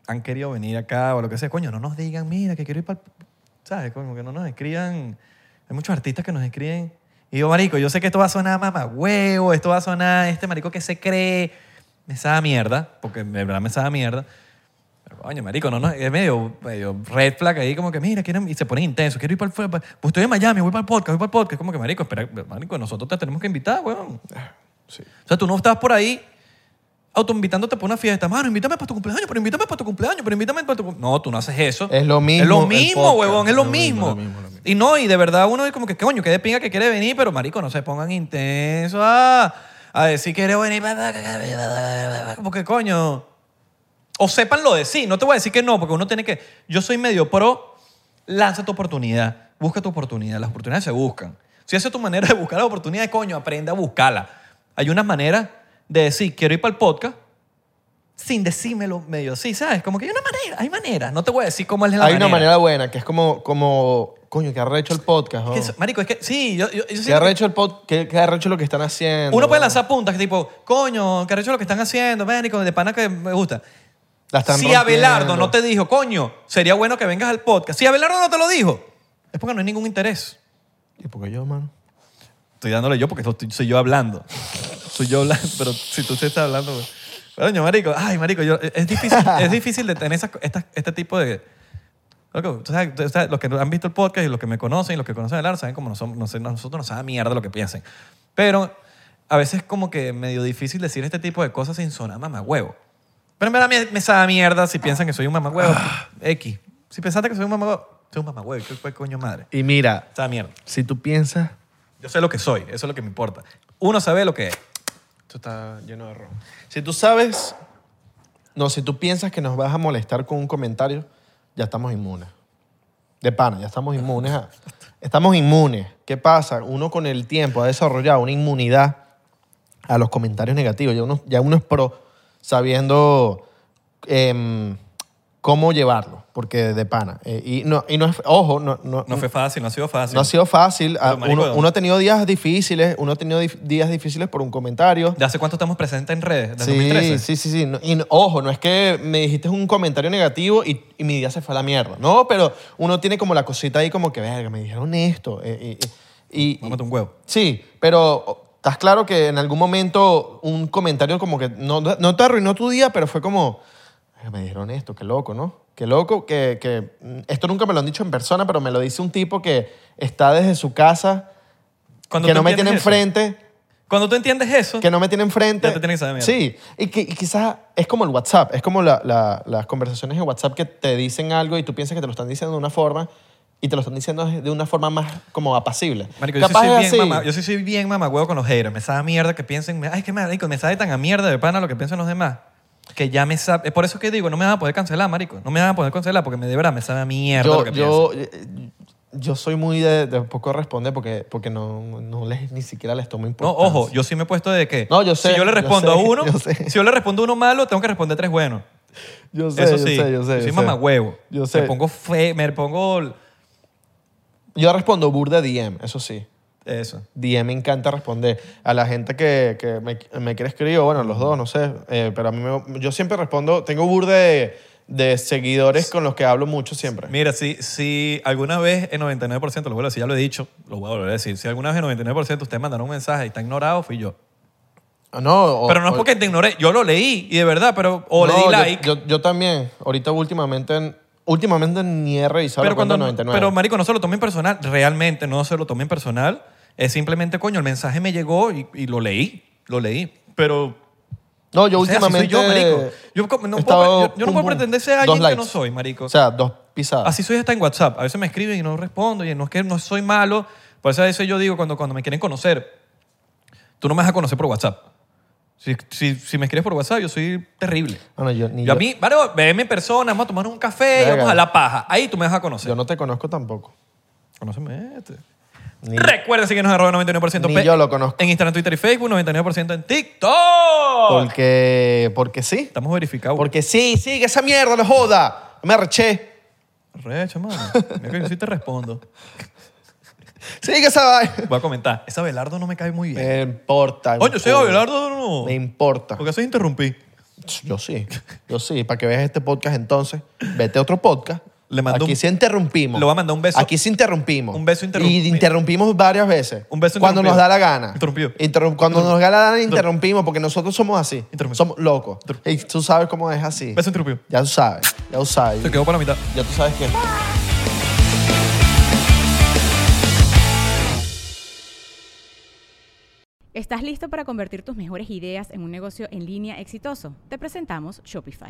A: han querido venir acá o lo que sea, coño, no nos digan, mira, que quiero ir para ¿Sabes? Como que no nos escriban. Hay muchos artistas que nos escriben. Y yo, marico, yo sé que esto va a sonar mamá huevo, esto va a sonar este marico que se cree. Me sabe a mierda, porque de verdad me sabe a mierda. Pero, Coño, marico, no, no, es medio, medio red flag ahí, como que mira, quieren, y se ponen intensos, quiero ir para el fue- pa- pues estoy en Miami, voy para el podcast, voy para el podcast, como que marico, espera, marico, nosotros te tenemos que invitar, weón.
B: Sí.
A: O sea, tú no estás por ahí autoinvitándote para una fiesta, mano, invítame para tu cumpleaños, pero invítame para tu cumpleaños, pero invítame para tu cum-". No, tú no haces eso.
B: Es lo mismo,
A: Es lo
B: el
A: mismo,
B: podcast.
A: huevón, es lo,
B: Es lo mismo,
A: mismo.
B: lo mismo, lo mismo.
A: Y no, y de verdad uno es como que, coño, que de pinga que quiere venir, pero marico, no se pongan intensos a, a decir que quiere venir. Porque coño. O sépanlo de sí, no te voy a decir que no, porque uno tiene que. Yo soy medio pro, lanza tu oportunidad, busca tu oportunidad, las oportunidades se buscan. Si esa es tu manera de buscar la oportunidad, coño, aprende a buscarla. Hay unas maneras de decir, quiero ir para el podcast, sin decírmelo medio así, ¿sabes? Como que hay una manera, hay maneras, no te voy a decir cómo es la
B: Hay una manera buena que es como, como coño, que arrecho el podcast. ¿no?
A: Que eso- marico, es que sí, yo, yo- yo
B: Que
A: siento que
B: arrecho el pod- que, que arrecho lo que están haciendo.
A: uno puede
B: ¿no?
A: lanzar puntas que tipo, coño, que arrecho lo que están haciendo, marico, de pana que me gusta.
B: La están
A: Si
B: rompiendo.
A: Abelardo no te dijo, coño, sería bueno que vengas al podcast. Si Abelardo no te lo dijo, es porque no hay ningún interés.
B: ¿Y por qué yo, mano?
A: Estoy dándole yo porque estoy- soy yo hablando. Soy yo hablando, pero si tú te estás hablando, pues. Coño, marico, ay, marico, yo- eh, es, difícil, es difícil de tener esas co- estas- este tipo de... Loco, tú sabes- tú sabes, los que han visto el podcast y los que me conocen y los que conocen a Abelardo saben como nosotros, nosotros nos sabe mierda lo que piensen. Pero a veces es como que medio difícil decir este tipo de cosas sin sonar mamagüevo. Pero en verdad me, me sabe mierda si piensan que soy un mamagüevo. X. Si pensaste que soy un mamagüevo, soy un mamagüevo. ¿Qué fue coño madre?
B: Y mira,
A: Sabe mierda.
B: si tú piensas.
A: Yo sé lo que soy, eso es lo que me importa. Uno sabe lo que es.
B: Esto está lleno de error. Si tú sabes. No, si tú piensas que nos vas a molestar con un comentario, ya estamos inmunes. De pana, ya estamos inmunes. a- estamos inmunes. ¿Qué pasa? Uno con el tiempo ha desarrollado una inmunidad a los comentarios negativos. Ya uno, ya uno es pro sabiendo em, cómo llevarlo, porque de pana. Eh, y, no, y no es, ojo, no, no,
A: No fue fácil, no ha sido fácil.
B: no ha sido fácil. Ah,
A: marico,
B: uno,
A: ¿de
B: uno ha tenido días difíciles, uno ha tenido dif- días difíciles por un comentario.
A: ¿De hace cuánto estamos presentes en redes? ¿Desde
B: Sí,
A: 2013?
B: sí, sí, sí. No- Y no- ojo, no es que me dijiste un comentario negativo y, y mi día se fue a la mierda. No, pero uno tiene como la cosita ahí como que, verga, me dijeron esto. eh, eh, eh, y, y-
A: Mámate un huevo.
B: sí, pero estás claro que en algún momento un comentario como que no, no te arruinó tu día, pero fue como, "Verga, me dijeron esto, qué loco, ¿no? Qué loco, que, que mm, esto nunca me lo han dicho en persona, pero me lo dice un tipo que está desde su casa,
A: Cuando
B: que
A: tú
B: no me tiene
A: entiendes eso,
B: enfrente
A: Cuando tú entiendes eso,
B: que no me tiene enfrente.
A: Ya te tiene que saber mierda.
B: Sí, y, que, quizás es como el WhatsApp, es como la- la- las conversaciones en WhatsApp que te dicen algo y tú piensas que te lo están diciendo de una forma y te lo están diciendo de una forma más como apacible.
A: marico, yo sí,
B: Capaz
A: soy
B: es
A: bien
B: así.
A: mamá, yo sí soy bien mamagüevo con los haters. Me sabe a mierda que piensen, ay, qué marico, me sabe tan a mierda de pana lo que piensan los demás. Que ya me sabe. Es por eso que digo, no me van a poder cancelar, marico. No me van a poder cancelar porque me de verdad me sabe a mierda lo
B: yo,
A: que piensan.
B: yo, eh, yo soy muy de, de poco responder porque, porque no, no les, ni siquiera les tomo
A: No,
B: importancia.
A: ojo, yo sí me he puesto de que
B: No, yo sé,
A: si yo le
B: yo
A: respondo
B: sé,
A: a uno,
B: yo sé.
A: si yo le respondo a uno malo, tengo que responder tres buenos.
B: Yo sé,
A: Eso
B: yo
A: sí,
B: sé, yo sé.
A: soy
B: yo sé.
A: mamagüevo.
B: Yo sé.
A: Me pongo fe, me pongo
B: Yo respondo burda DM, eso sí.
A: eso.
B: DM me encanta responder. A la gente que, que me, me quiere escribir, o bueno, los dos, no sé. eh, pero a mí me- yo siempre respondo. Tengo burde de, de seguidores con los que hablo mucho siempre.
A: Mira, si, si alguna vez en 99%, lo vuelvo a decir, ya lo he dicho, lo voy a volver a decir, si alguna vez en 99% ustedes mandaron un mensaje y está ignorado, fui yo.
B: Ah, No, o-
A: pero no es
B: o-
A: porque te ignoré, yo lo leí y de verdad, pero o le
B: no,
A: di
B: yo-
A: like.
B: Yo, yo también. Ahorita últimamente, en- últimamente ni he revisado
A: pero
B: la cuenta
A: cuando
B: 99.
A: pero marico, no se lo tomen personal, realmente no se lo tomen personal, es simplemente coño, el mensaje me llegó y, y lo leí, lo leí, pero
B: no, yo
A: o sea, así
B: últimamente...
A: soy yo, marico. Yo como- no
B: he
A: puedo-
B: estado
A: yo- yo no
B: pum,
A: puedo
B: pum,
A: pretender ser
B: dos
A: alguien que
B: likes.
A: no soy, marico.
B: O sea, dos pisadas.
A: Así soy hasta en WhatsApp. A veces me escriben y no respondo y no es que no soy malo. Por eso a veces yo digo cuando, cuando me quieren conocer, tú no me vas a conocer por WhatsApp. Si, si, si me escribes por WhatsApp, yo soy terrible.
B: Ah, no, yo, ni
A: Yo a
B: yo-
A: mí, vale, veme en persona, vamos a tomar un café y
B: Verga.
A: vamos a la paja. Ahí tú me vas a conocer.
B: yo no te conozco tampoco.
A: Conóceme este.
B: Ni-
A: Recuerda seguirnos en arroba 99%
B: Ni
A: P-
B: yo lo conozco.
A: En Instagram, Twitter y Facebook, 99% en TikTok.
B: porque, porque sí.
A: Estamos verificados.
B: Porque sí, sí, que esa mierda no joda. Me arreché.
A: Recho, mano. Mira que yo sí te respondo.
B: Sí, que esa vaina.
A: Voy a comentar. Esa Belardo no me cae muy bien.
B: Me importa.
A: Oye, soy
B: culo.
A: Abelardo, no.
B: Me importa.
A: Porque eso interrumpí.
B: Yo sí. Yo sí. Para que veas este podcast entonces, vete a otro podcast
A: Le mandó
B: Aquí
A: un-
B: sí interrumpimos.
A: Le voy a mandar un beso.
B: Aquí sí interrumpimos.
A: Un beso interrumpido.
B: Y interrumpimos varias veces.
A: Un beso
B: Cuando nos
A: interrumpido.
B: da la gana.
A: Interrumpido.
B: Interrum- cuando nos da la gana interrumpimos porque nosotros somos así.
A: Interrumpido.
B: Somos locos.
A: Interrumpido.
B: Y tú sabes cómo es así.
A: Beso interrumpido.
B: Ya tú sabes. Ya tú sabes.
A: Se quedó para la mitad.
B: Ya tú sabes que...
C: ¿Estás listo para convertir tus mejores ideas en un negocio en línea exitoso? Te presentamos Shopify.